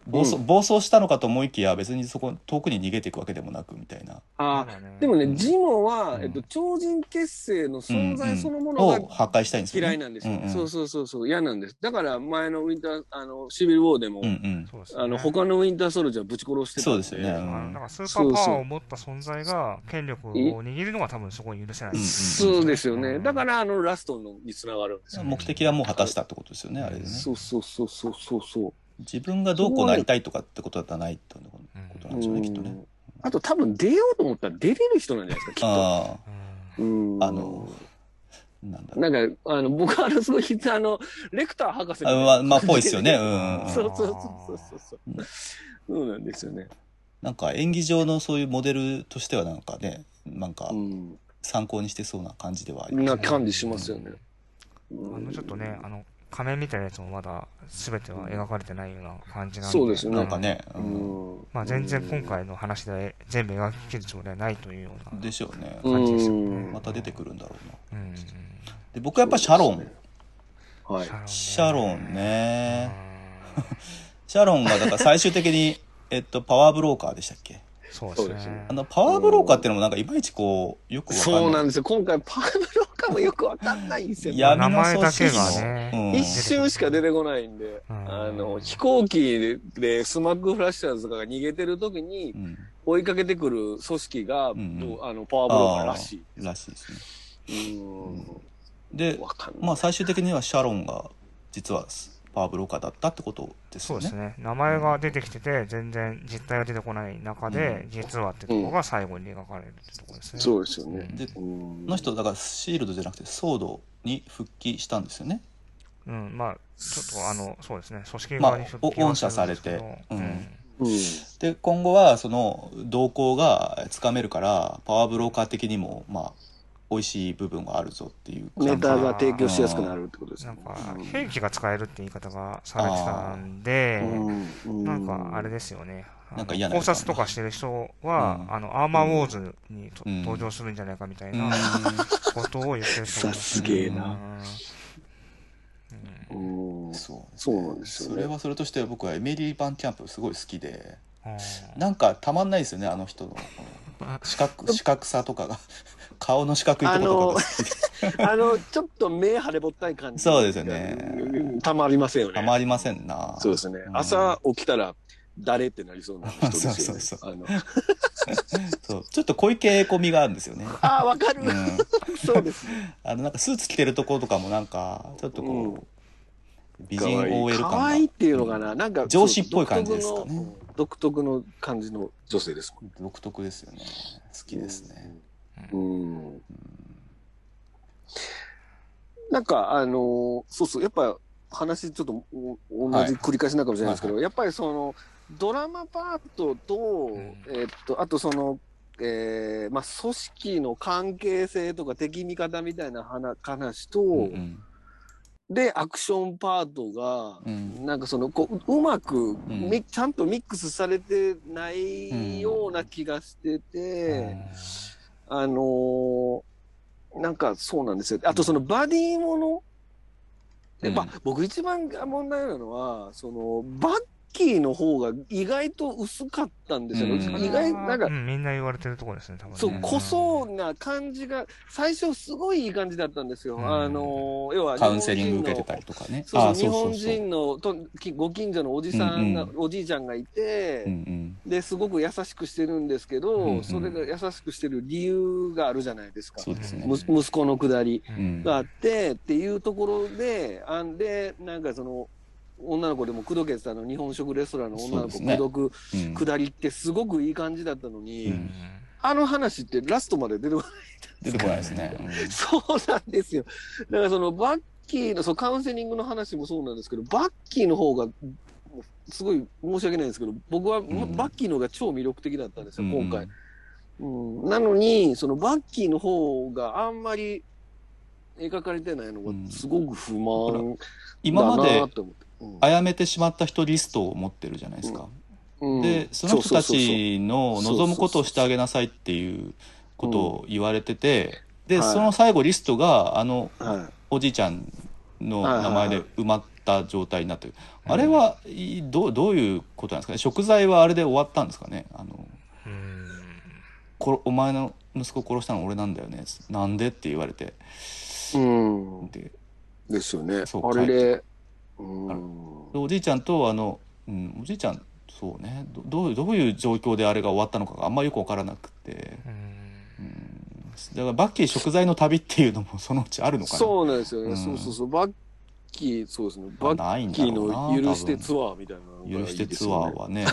Speaker 1: 暴走,、暴走したのかと思いきや別にそこ遠くに逃げていくわけでもなくみたいな
Speaker 3: あ
Speaker 2: だね
Speaker 3: でも
Speaker 1: う
Speaker 3: ね、
Speaker 1: ん
Speaker 3: ジモは
Speaker 1: う、ん
Speaker 3: えっと、超人結成の存在そのもの
Speaker 1: を
Speaker 3: が
Speaker 1: 破壊したいんですよ、ね、
Speaker 3: 嫌いなんですよ
Speaker 1: う。う
Speaker 3: そうそうそうそう、嫌なんです。だから前のウィンター、あの、シビルウォーでも
Speaker 1: う、ん
Speaker 2: そうですね
Speaker 3: あの、他のウィンターソルジャーぶち殺してたん
Speaker 1: そうですよね
Speaker 2: あ
Speaker 1: うん
Speaker 2: のなんかスーパーパワーを持った存在が権力を握るのが多分すごい許せない。、
Speaker 1: うん
Speaker 3: そうですよね。だからら、あの、ラストのにつながるんです
Speaker 1: う
Speaker 3: よ
Speaker 1: ん、。目的はもう果たしたってことですよねあれでね
Speaker 3: そうそうそうそうそうそう。
Speaker 1: 自分がどうこうなりたいとかってことだったらないってことなんでしょうねきっとね。
Speaker 3: あと多分出ようと思ったら出れる人なんじゃないですか、
Speaker 1: あ
Speaker 2: うん
Speaker 3: きっと。うん
Speaker 1: あのーなんだろう
Speaker 3: なんか、あの、僕はあの、すごい、あの、レクター博士みた
Speaker 1: あ
Speaker 3: いな
Speaker 1: まあ、まあ、ぽいっすよね。うんうんうん。
Speaker 3: (laughs) そうそうそうそうそうそう。そうなんですよね。
Speaker 1: なんか演技上のそういうモデルとしてはなんかね、なんか
Speaker 3: うん。
Speaker 1: 参考にしてそうな感じではあります。
Speaker 3: な感じしますよね。
Speaker 2: あのちょっとね、
Speaker 3: あ
Speaker 2: あの、仮面みたいなやつもまだ全ては描かれてないような感じなんで。
Speaker 3: そうですね
Speaker 1: なんかね、う
Speaker 3: うんん。
Speaker 2: まあ全然今回の話で全部描き切るつもりはないというような
Speaker 1: でしょうね。
Speaker 2: 感じですよ
Speaker 3: う
Speaker 2: ね。
Speaker 3: ん
Speaker 1: また出てくるんだろうな。
Speaker 2: る。うん。
Speaker 1: で、僕はやっぱシャロン。
Speaker 3: はい。
Speaker 1: シャロン
Speaker 2: う
Speaker 1: (laughs)
Speaker 2: ん。
Speaker 1: ね。シャロンがだから最終的に、えっと、パワーブローカーでしたっけ
Speaker 2: そう
Speaker 3: そう
Speaker 2: で
Speaker 3: ですす
Speaker 2: ね
Speaker 3: ね。
Speaker 1: あの、パワーブローカーっていうのもなんかいまいちこう、よくわかんない。
Speaker 3: そうなんですよ。今回パーブローカーもよくわかんないんですよ。
Speaker 1: いや
Speaker 2: 名前だけが
Speaker 1: う
Speaker 2: ね。
Speaker 1: ん
Speaker 3: 一瞬しか出てこないんで、
Speaker 2: うん
Speaker 3: あの、飛行機でスマックフラッシャーズとかが逃げてる時に
Speaker 1: うん
Speaker 3: 追いかけてくる組織が、
Speaker 1: うんうん
Speaker 3: あの、パワーブローカーらし
Speaker 1: らしいですね。
Speaker 3: い。うん。
Speaker 1: で、
Speaker 3: わかんない。
Speaker 1: まあ最終的にはシャロンが実はパワーブローカーだったってことです
Speaker 2: そう
Speaker 1: よ
Speaker 2: です
Speaker 1: ね。
Speaker 2: ね。名前が出てきてて、全然実態が出てこない中で、実はってとこが最後に描かれるってとこですね。
Speaker 3: そうですよね。
Speaker 1: で、こ
Speaker 3: うん
Speaker 1: の人、だからシールドじゃなくてソードに復帰したんですよね。
Speaker 2: うん、まあ、ちょっとあの、そうですね、組織
Speaker 1: まあ
Speaker 2: 側に復帰は
Speaker 1: お恩赦されて
Speaker 2: するんですけど
Speaker 1: うん
Speaker 2: うん
Speaker 3: うん。
Speaker 1: で、今後はその動向がつかめるから、パワーブローカー的にも、まあ、美味しい部分があるぞっていう感じ
Speaker 3: ネタが提供しやすくなるってことです
Speaker 2: な
Speaker 3: ね
Speaker 2: んか、兵器が使えるって言い方がされてたん
Speaker 3: う
Speaker 2: で、
Speaker 3: んうん
Speaker 2: なんか、あれですよね。
Speaker 1: なんか嫌な
Speaker 2: あの考察とかしてる人は、
Speaker 1: うん
Speaker 2: あの、アーマーウォーズにと、
Speaker 1: うん
Speaker 2: 登場するんじゃないかみたいうなんことを言ってる人
Speaker 3: さすげえな。
Speaker 2: うん
Speaker 3: うん
Speaker 1: そう
Speaker 3: そうなんですよね
Speaker 1: それはそれとして僕はエミリー・バンキャンプすごい好きで
Speaker 2: うん
Speaker 1: なんかたまんないですよねあの人の四角四角さとかが顔の四角いとことかが好きで
Speaker 3: あの、ちょっと目腫れぼったい感じ。
Speaker 1: そうですよね
Speaker 3: うん。たまりませんよね。
Speaker 1: たまりませんな
Speaker 3: そうですね
Speaker 1: う。ん
Speaker 3: 朝起きたら、誰ってなりそうな人ですよね。
Speaker 1: そうそうそう
Speaker 3: あの
Speaker 1: そうちょっと小池栄子味があるんですよね、
Speaker 3: あー、わかる
Speaker 1: う。ん、
Speaker 3: そうです。
Speaker 1: あのなんかスーツ着てるところとかもなんかちょっとこう、美人 OL 感
Speaker 3: 可
Speaker 1: が
Speaker 3: 愛いっていうのかな。なんか、
Speaker 1: 上司っぽい感じですかね
Speaker 3: そう。独特の独特の感じの女性ですもん。好
Speaker 1: 独特ですよね好きですね。
Speaker 3: うん。なんか、あのーそうそう、やっぱ話ちょっとお同じ繰り返しになるかもしれないですけど、やっぱりその、ドラマパートと、
Speaker 2: ん
Speaker 3: えっと、あとその、えーまあ、組織の関係性とか敵味方みたいな話話と、
Speaker 1: うん
Speaker 3: で、アクションパートが、
Speaker 1: うん
Speaker 3: なんかそのこううまく、
Speaker 1: ん
Speaker 3: みちゃんとミックスされてないような気がしてて、あのーなんかそうなんですよ。あとそのバディもの。やっぱ
Speaker 1: うん
Speaker 3: 僕一番問題なのは、そのバッキーの方が意外と薄かったんですよね。
Speaker 1: うん
Speaker 3: 意外、なんか
Speaker 2: う、みんな言われてるとこですね、多分ね。
Speaker 3: そう、濃そううな感じが、最初すごいいい感じだったんですよ。
Speaker 2: うん
Speaker 3: あのー要は日
Speaker 1: カウ
Speaker 3: 本人の、
Speaker 1: ンセリング受けてたりとかね
Speaker 3: そう
Speaker 1: あ
Speaker 3: そう日本
Speaker 1: そうそう
Speaker 3: 人のときご近所のおじさんが、
Speaker 1: うん
Speaker 3: おじいちゃんがいて、
Speaker 1: うんうん
Speaker 3: ですごく優しくしてるんですけど、
Speaker 1: うんうん
Speaker 3: それが優しくしてる理由があるじゃないですか
Speaker 1: そうですね
Speaker 3: む息子のくだり
Speaker 1: うん
Speaker 3: があってっていうところであんでなんかその女の子でも口説けてたの日本食レストランの女の
Speaker 1: そ
Speaker 3: 子
Speaker 1: うですね
Speaker 3: 口説く
Speaker 1: うん
Speaker 3: くだりってすごくいい感じだったのに、
Speaker 1: うん
Speaker 3: あの話ってラストまで出てこない (laughs)
Speaker 1: 出てこないですね、うん
Speaker 3: そうなんですよだからそのバッキーのそうカウンセリングの話もそうなんですけどバッキーの方がすごい申し訳ないんですけど僕は
Speaker 1: ん
Speaker 3: バッキーの方が超魅力的だったんですよ、今回
Speaker 1: うん。
Speaker 3: うん、なのに、そのバッキーの方があんまり描かれてないのが
Speaker 1: うん
Speaker 3: すごく不満
Speaker 1: 今
Speaker 3: だ
Speaker 1: まで
Speaker 3: なと思って。うん
Speaker 1: あやめてしまった人リストを持ってるじゃないですか、
Speaker 3: うん
Speaker 1: でその人たちの望むことをしてあげなさいっていうことを言われてて、で、
Speaker 3: はい
Speaker 1: その最後リストがあの
Speaker 3: そうそうそうそうは
Speaker 1: おじいちゃんの名前で埋まった状態になってる、あれはいどうどういうことなんですかね食材はあれで終わったんですかねあの
Speaker 2: うん
Speaker 1: こお前の息子殺したの俺なんだよねなんでって言われて
Speaker 3: い。うん。
Speaker 1: で
Speaker 3: ですよね。
Speaker 1: そう
Speaker 3: あれで、うん。
Speaker 1: でおじいちゃんとあの、うん、おじいちゃんそうねどどういうどういう状況であれが終わったのかがあんまよく分からなくて
Speaker 2: うん
Speaker 1: だからバッキー食材の旅っていうのもそのうちあるのかなう
Speaker 3: そうなんですよね。
Speaker 1: うん
Speaker 3: そうそうそう。バッキー、そうですね。
Speaker 1: まあ
Speaker 3: バッキーの
Speaker 1: ないんだろうな
Speaker 3: 許してツアーみたいなのがいい
Speaker 1: 許
Speaker 3: ですよね。
Speaker 1: してツアーはね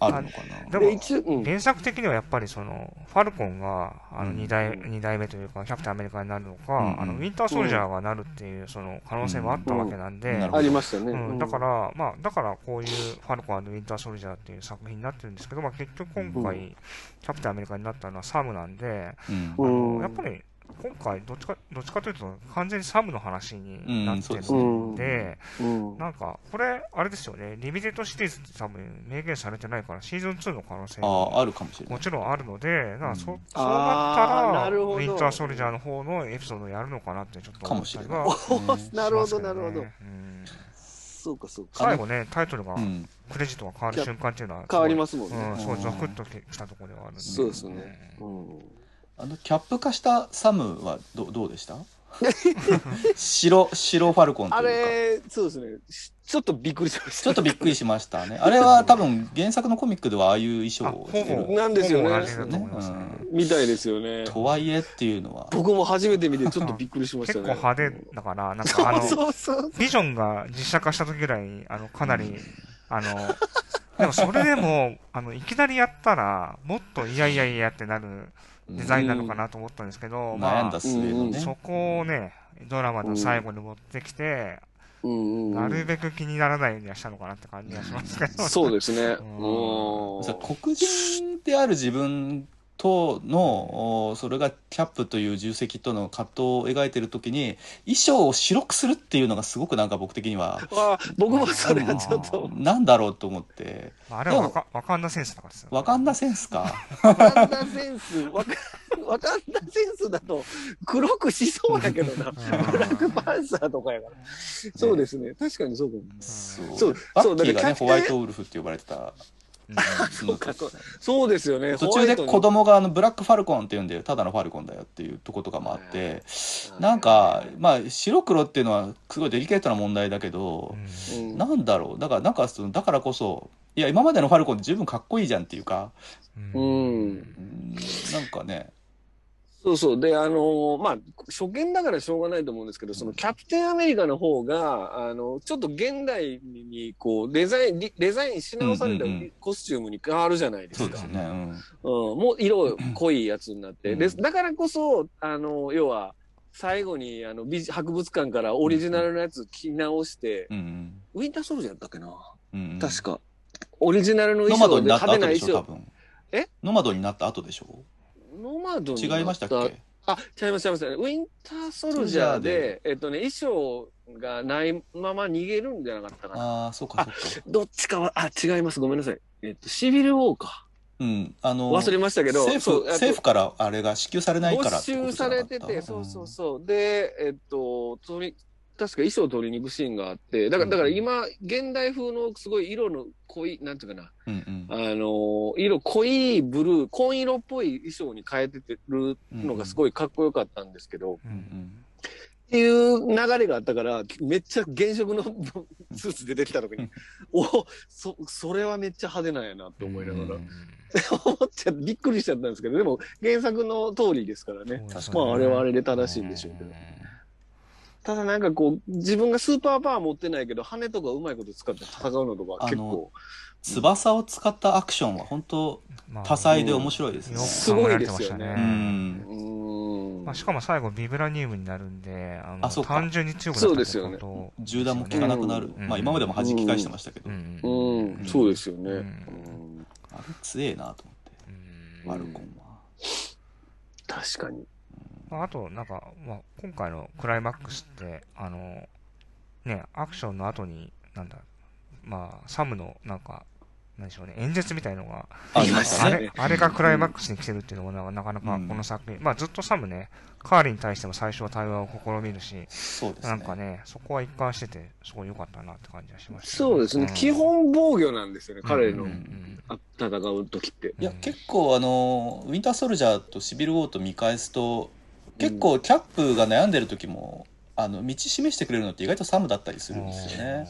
Speaker 1: あるのか
Speaker 2: で
Speaker 1: な
Speaker 3: で
Speaker 2: も、
Speaker 3: 一応、うん。
Speaker 2: 原作的にはやっぱりその、ファルコンが、あ
Speaker 1: う
Speaker 2: の、
Speaker 1: ん
Speaker 2: 二代、二代目というか、キャプテンアメリカになるのか、
Speaker 1: うんうん
Speaker 2: あの、ウィンターソルジャーがなるっていう、その、可能性もあったわけなんで、
Speaker 1: うんなるほど
Speaker 3: ありましたね。
Speaker 2: うん、だから、まあ、だからこういうファルコンウィンターソルジャーっていう作品になってるんですけど、まあ、結局今
Speaker 3: う
Speaker 2: 回、キャプテンアメリカになったのはサムなんで、
Speaker 1: うん
Speaker 2: あ
Speaker 3: う
Speaker 2: の
Speaker 3: ん
Speaker 2: やっぱり今回どっちか、どっちかというと、完全にサムの話になってる
Speaker 1: うん
Speaker 3: そ
Speaker 2: ん
Speaker 3: う
Speaker 2: で、
Speaker 3: うん、
Speaker 2: なんか、これ、あれですよね、リミテッドシリーズって多分明言されてないから、シーズン2の可能性
Speaker 1: あ
Speaker 2: も
Speaker 1: ああるかもしれな
Speaker 2: も
Speaker 1: い
Speaker 2: ちろんあるので、なんかそ
Speaker 1: うん
Speaker 2: そうなった
Speaker 3: あー
Speaker 2: ら、
Speaker 3: なるほど
Speaker 2: ウィンターソルジャーの方のエピソードをやるのかなってちょっと
Speaker 1: か
Speaker 2: 思
Speaker 1: も
Speaker 2: っ
Speaker 1: したれ
Speaker 2: り
Speaker 1: ない
Speaker 2: はしますけどね、
Speaker 3: なるほど、なるほど。
Speaker 2: うん
Speaker 3: そうか、そうか。
Speaker 2: 最後ね、タイトルが
Speaker 1: う、ん、
Speaker 2: クレジットが変わる瞬間っていうのは、
Speaker 3: 変わりますすもん
Speaker 2: ごい。
Speaker 3: ね。
Speaker 2: うん、そう、ゾクッとききたところではあるんで。
Speaker 3: そうですねうん。
Speaker 1: あのキャップ化したサムはどどうでした白白ファルコンと
Speaker 3: あ
Speaker 1: いうか
Speaker 3: れ、そうですね。しちょっとびっくりしました。
Speaker 1: ちょっとびっくりしましたねあれは多分原作のコミックではああいう衣装
Speaker 2: うん。あ、
Speaker 1: を
Speaker 2: ほ
Speaker 1: して
Speaker 2: ぼ、
Speaker 1: る
Speaker 3: なんですよ
Speaker 2: ほ
Speaker 3: ね
Speaker 2: ぼ同じだと思いますね。
Speaker 1: ね
Speaker 3: みたいですよね。
Speaker 1: とはいえっていうのは
Speaker 3: 僕も初めて見てちょっとびっくりしまし
Speaker 2: 結構
Speaker 3: たね。
Speaker 2: 派手だから、なんかあの、
Speaker 3: そうそうそう。
Speaker 2: ビジョンが実写化した時ぐらいに、あの、かなり、
Speaker 1: うん
Speaker 2: あの、でもそれでも、あの、いきなりやったら、もっといやいやいやってなるデザインなのかなと思ったんですけど、
Speaker 1: うん
Speaker 2: まあ、
Speaker 1: 悩んだ末のね、
Speaker 2: そこをね、ドラマの最後に持ってきて、
Speaker 3: うんうん、
Speaker 2: なるべく気にならないようにはしたのかなって感じがしますけど。
Speaker 3: そうですね。うん。
Speaker 1: さ黒人である自分とのおそれがキャップという重責との葛藤を描いてる時に衣装を白くするっていうのがすごくなんか僕的には
Speaker 3: あ僕もそれはちょっと。
Speaker 1: なんだろうと思って
Speaker 2: まあ、あれはわか、わかんなセンスだからですよ。
Speaker 1: わかんなセンスか
Speaker 3: わかんなセンス、わかわかんなセンスだと黒くしそうだけどな。ブラックパンサーとかやから。そうですね。確かにそうかも。
Speaker 1: そう
Speaker 3: そう
Speaker 1: バ
Speaker 3: そう
Speaker 1: ッキー
Speaker 3: だ
Speaker 1: が
Speaker 3: から
Speaker 1: ね
Speaker 3: キャプテン
Speaker 1: ホワイトウルフって呼ばれてた
Speaker 2: うん
Speaker 1: そう
Speaker 3: かそうそうですよね。
Speaker 1: 途中で子
Speaker 3: 供
Speaker 1: 供があのブラックファルコンって言うんでただのファルコンだよっていうとことかもあってなんかまあ白黒っていうのはすごいデリケートな問題だけど
Speaker 2: うん
Speaker 3: うん
Speaker 1: なんだろうだからなんかそのだからこそいや今までのファルコンって十分かっこいいじゃんっていうか
Speaker 3: うん
Speaker 1: うんなんかね
Speaker 3: そうそう。で、あのーまあ、初見だからしょうがないと思うんですけど、そのキャプテンアメリカの方が、あの、ちょっと現代に、こう、デザイン、リデザインし直された
Speaker 1: うんうんうん
Speaker 3: コスチュームに変わるじゃないですか。
Speaker 1: そうですよねうん
Speaker 3: うん、もう色濃いやつになって。
Speaker 1: うん
Speaker 3: でだからこそ、あの、要は、最後に、あの、美術博物館からオリジナルのやつ着直して、
Speaker 1: うん
Speaker 3: ウィンターソルジャーだったっけな、
Speaker 1: うんうん
Speaker 3: 確か。オリジナルの
Speaker 1: ノマ
Speaker 3: 衣
Speaker 1: ド
Speaker 3: 装
Speaker 1: に
Speaker 3: で
Speaker 1: なった後
Speaker 3: 派手な
Speaker 1: で
Speaker 3: 衣
Speaker 1: しょ多
Speaker 3: 装。
Speaker 1: 分
Speaker 3: え
Speaker 1: ノマドになった後でしょ
Speaker 3: ノマドにな
Speaker 1: 違いましたっけ
Speaker 3: あ、違います、違います。ウィンターソルジャーで、えっとね、衣装がないまま逃げるんじゃなかったかな。
Speaker 1: ああそうかそうか
Speaker 3: どっちかは、あ、違います。ごめんなさい。えっと、シビルウォーか。
Speaker 1: うんあの
Speaker 3: 忘れましたけど、
Speaker 1: 政
Speaker 3: そう
Speaker 1: 府政府からあれが支給されないから
Speaker 3: 没収されてて、そうそうそう。で、えっと、取り、確か衣装を取りに行くシーンがあって、だから、だから今、現代風のすごい色の濃い、なんていうかな、
Speaker 1: う、うんう
Speaker 3: あ
Speaker 1: ん、
Speaker 3: の、色濃いブルー、紺色っぽい衣装に変えててるのがすごいかっこよかったんですけど、っ
Speaker 2: う
Speaker 1: うんうんん
Speaker 3: ていう流れがあったから、めっちゃ原色のスーツで出てきた時に、お、そ、それはめっちゃ派手なんやなって思いながら、
Speaker 1: うん
Speaker 3: 思っちゃってびっくりしちゃったんですけど、でも原作の通りですからね。
Speaker 1: 確かに
Speaker 3: まあ、あれはあれで正しいんでしょうけど。ただなんかこう、自分がスーパーパワー持ってないけど、羽とかうまいこと使って戦うのとか結構、
Speaker 1: 翼を使ったアクションは本当
Speaker 2: まあ
Speaker 1: 多彩で面白いですね、
Speaker 2: よく
Speaker 3: す
Speaker 2: 考
Speaker 3: ご
Speaker 2: え
Speaker 3: い
Speaker 2: ら
Speaker 3: で
Speaker 2: れてますし
Speaker 3: よ
Speaker 2: た
Speaker 3: ね
Speaker 1: う
Speaker 2: ね。
Speaker 1: ん、
Speaker 3: うーん。
Speaker 2: まあ、しかも最後、ビブラニウムになるんで、あの
Speaker 1: あそうか
Speaker 2: 単純に強くなった
Speaker 3: そうですよね
Speaker 2: ね
Speaker 1: 銃弾も効かなくなる、
Speaker 2: うん
Speaker 1: まあ今までも弾き返してましたけど、
Speaker 2: うん
Speaker 3: う
Speaker 2: うん
Speaker 3: ん、そうですよね。
Speaker 2: う
Speaker 3: うんん
Speaker 1: あれ強えなと思って
Speaker 2: うん
Speaker 1: ファルコンは、
Speaker 3: 確かに。
Speaker 2: まああと、なんか、まあ、今回のクライマックスって、あの、ね、アクションの後に、なんだ、まあ、サムの、なんか、なんでしょうね、演説みたいのが、
Speaker 1: あ
Speaker 3: りまし
Speaker 2: あ
Speaker 3: たね
Speaker 2: れ、あれがクライマックスに来てるっていうのも、なかなかこの作品、まあ、ずっとサムね、カーリーに対しても最初は対話を試みるし、
Speaker 1: そうですね
Speaker 2: なんかね、そこは一貫してて、すごい良かったなって感じがしましたね、
Speaker 3: そうですね。
Speaker 2: ん
Speaker 3: 基本防御なんですよね、彼
Speaker 2: う
Speaker 3: の
Speaker 2: んうん
Speaker 3: あ戦う時って。
Speaker 1: いや結構あのウィンターソルジャーとシビルウォーと見返すと結構キャップが悩んでる時もあの道示してくれるのって意外とサムだったりするんですよね。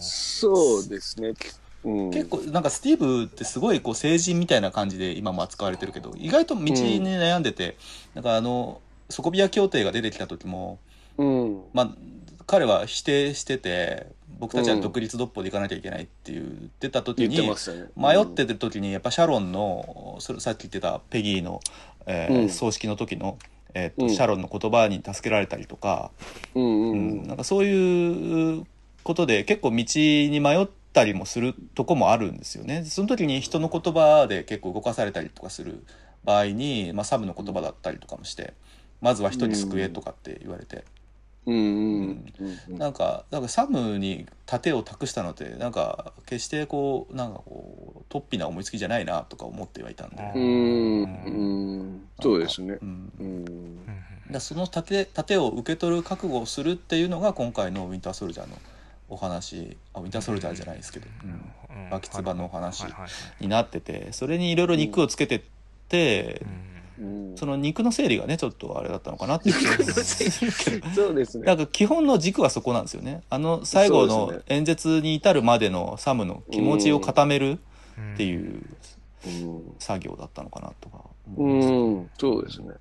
Speaker 3: そうですね。うん、
Speaker 1: 結構なんかスティーブってすごいこう成人みたいな感じで今も扱われてるけど意外と道に悩んでて、なんかあのソコビア協定が出てきた時も、
Speaker 3: うん。
Speaker 1: まあ、彼は否定してて僕たちは独立独歩で行かなきゃいけないっていう言ってた時
Speaker 3: 言って
Speaker 1: に
Speaker 3: ましたね。
Speaker 1: 迷ってる時にやっぱシャロンのそれさっき言ってたペギーの、えー
Speaker 3: うん
Speaker 1: 葬式の時の、えーっ
Speaker 3: う
Speaker 1: と
Speaker 3: ん
Speaker 1: シャロンの言葉に助けられたりとか、
Speaker 3: うんう
Speaker 1: うん
Speaker 3: うん
Speaker 1: ん、なんかそういうことで結構道に迷ったりもするとこもあるんですよね。その時に人の言葉で結構動かされたりとかする場合に、まあ、サムの言葉だったりとかもして、まずは人に救えとかって言われて、
Speaker 3: うんうんうん
Speaker 1: なんかなんかサムに盾を託したのってなんか決してこうなんかこう突飛な思いつきじゃないなとか思ってはいたん
Speaker 3: う
Speaker 1: で、
Speaker 3: ん。うん。そうですね。
Speaker 1: うん、だ
Speaker 3: う
Speaker 1: か
Speaker 3: ん
Speaker 2: うんうん
Speaker 1: らその盾盾を受け取る覚悟をするっていうのが今回の「ウィンター・ソルジャー」のお話あウィンターソルジャーじゃないですけど、うん、バキツバのお話
Speaker 2: はいはいはい
Speaker 1: になっててそれにいろいろ肉をつけてって、
Speaker 2: うん
Speaker 3: うん
Speaker 1: その肉の整理がねちょっとあれだったのかなっていう気がする
Speaker 3: そうですね
Speaker 1: な。んか基本の軸はそこなんですよね。あの最後
Speaker 3: そう
Speaker 1: の
Speaker 3: です
Speaker 1: 演説に至るまでのサムの気持ちを固めるって
Speaker 2: う
Speaker 1: いう
Speaker 3: う
Speaker 1: 作業だったのかなとか思います。
Speaker 3: ん、うんそうですね。
Speaker 2: ん。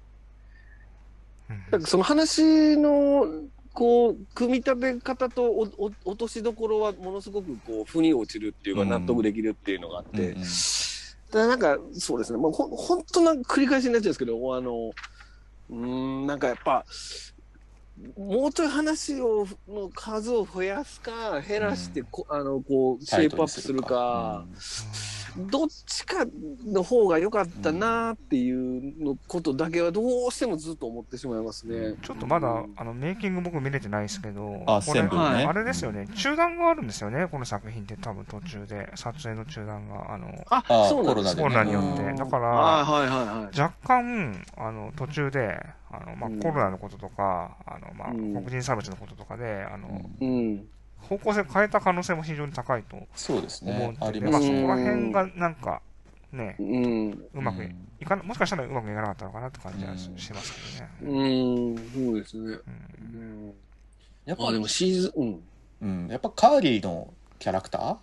Speaker 3: なんかその話の、こう、組み立て方とおお落としどころはものすごくこう、腑に落ちるっていうか
Speaker 1: うん
Speaker 3: 納得できるっていうのがあって、
Speaker 1: うんうん
Speaker 3: ただなんか、そうですね、まあ、ほんほんとなんか繰り返しになっちゃうんですけど、あの、うーん、なんかやっぱ、もうちょい話を、の数を増やすか、減らしてこ、あの、こう、シ
Speaker 1: タ
Speaker 3: ェ
Speaker 1: イ
Speaker 3: イ
Speaker 1: ト
Speaker 3: プ
Speaker 1: ル
Speaker 3: ア
Speaker 1: に
Speaker 3: ップするか、
Speaker 1: うん
Speaker 3: どっちかの方が良かったなっていうのことだけはどうしてもずっと思ってしまいますね。
Speaker 2: ちょっとまだ、
Speaker 3: うん
Speaker 2: あのメイキング僕見れてないですけど、
Speaker 1: あ
Speaker 2: これ、
Speaker 1: 全部
Speaker 3: ね
Speaker 2: あれですよね、中断があるんですよね、この作品って多分途中で、撮影の中断が、あの、
Speaker 3: あ
Speaker 1: あ
Speaker 3: そうなんです
Speaker 1: コロナによって
Speaker 3: あー
Speaker 2: だから
Speaker 3: はいはいはいはい。
Speaker 2: 若干、あの、途中で、あの、まあ、
Speaker 3: うん
Speaker 2: コロナのこととか、あの、まあ、
Speaker 3: うん
Speaker 2: 黒人差別のこととかで、あの、
Speaker 1: うん
Speaker 3: うん。
Speaker 2: 方向性を変えた可能性も非常に高いと
Speaker 1: そうです
Speaker 2: 思う
Speaker 1: ね
Speaker 2: ん。で、
Speaker 1: あり
Speaker 2: ま
Speaker 1: ま
Speaker 2: あ、
Speaker 1: す
Speaker 2: そこ
Speaker 1: ね。
Speaker 2: ら辺がなんか、ね
Speaker 3: う、ん。
Speaker 2: うまく
Speaker 1: ん
Speaker 2: いかな、もしかしたらうまくいかなかったのかなって感じはし
Speaker 1: うん
Speaker 2: しますけどね。
Speaker 3: うん。そうです
Speaker 2: う
Speaker 3: ね。
Speaker 2: ん
Speaker 3: うん、
Speaker 1: やっぱ
Speaker 3: あ、でもシーズン、
Speaker 1: うんやっぱカーリーのキャラクタ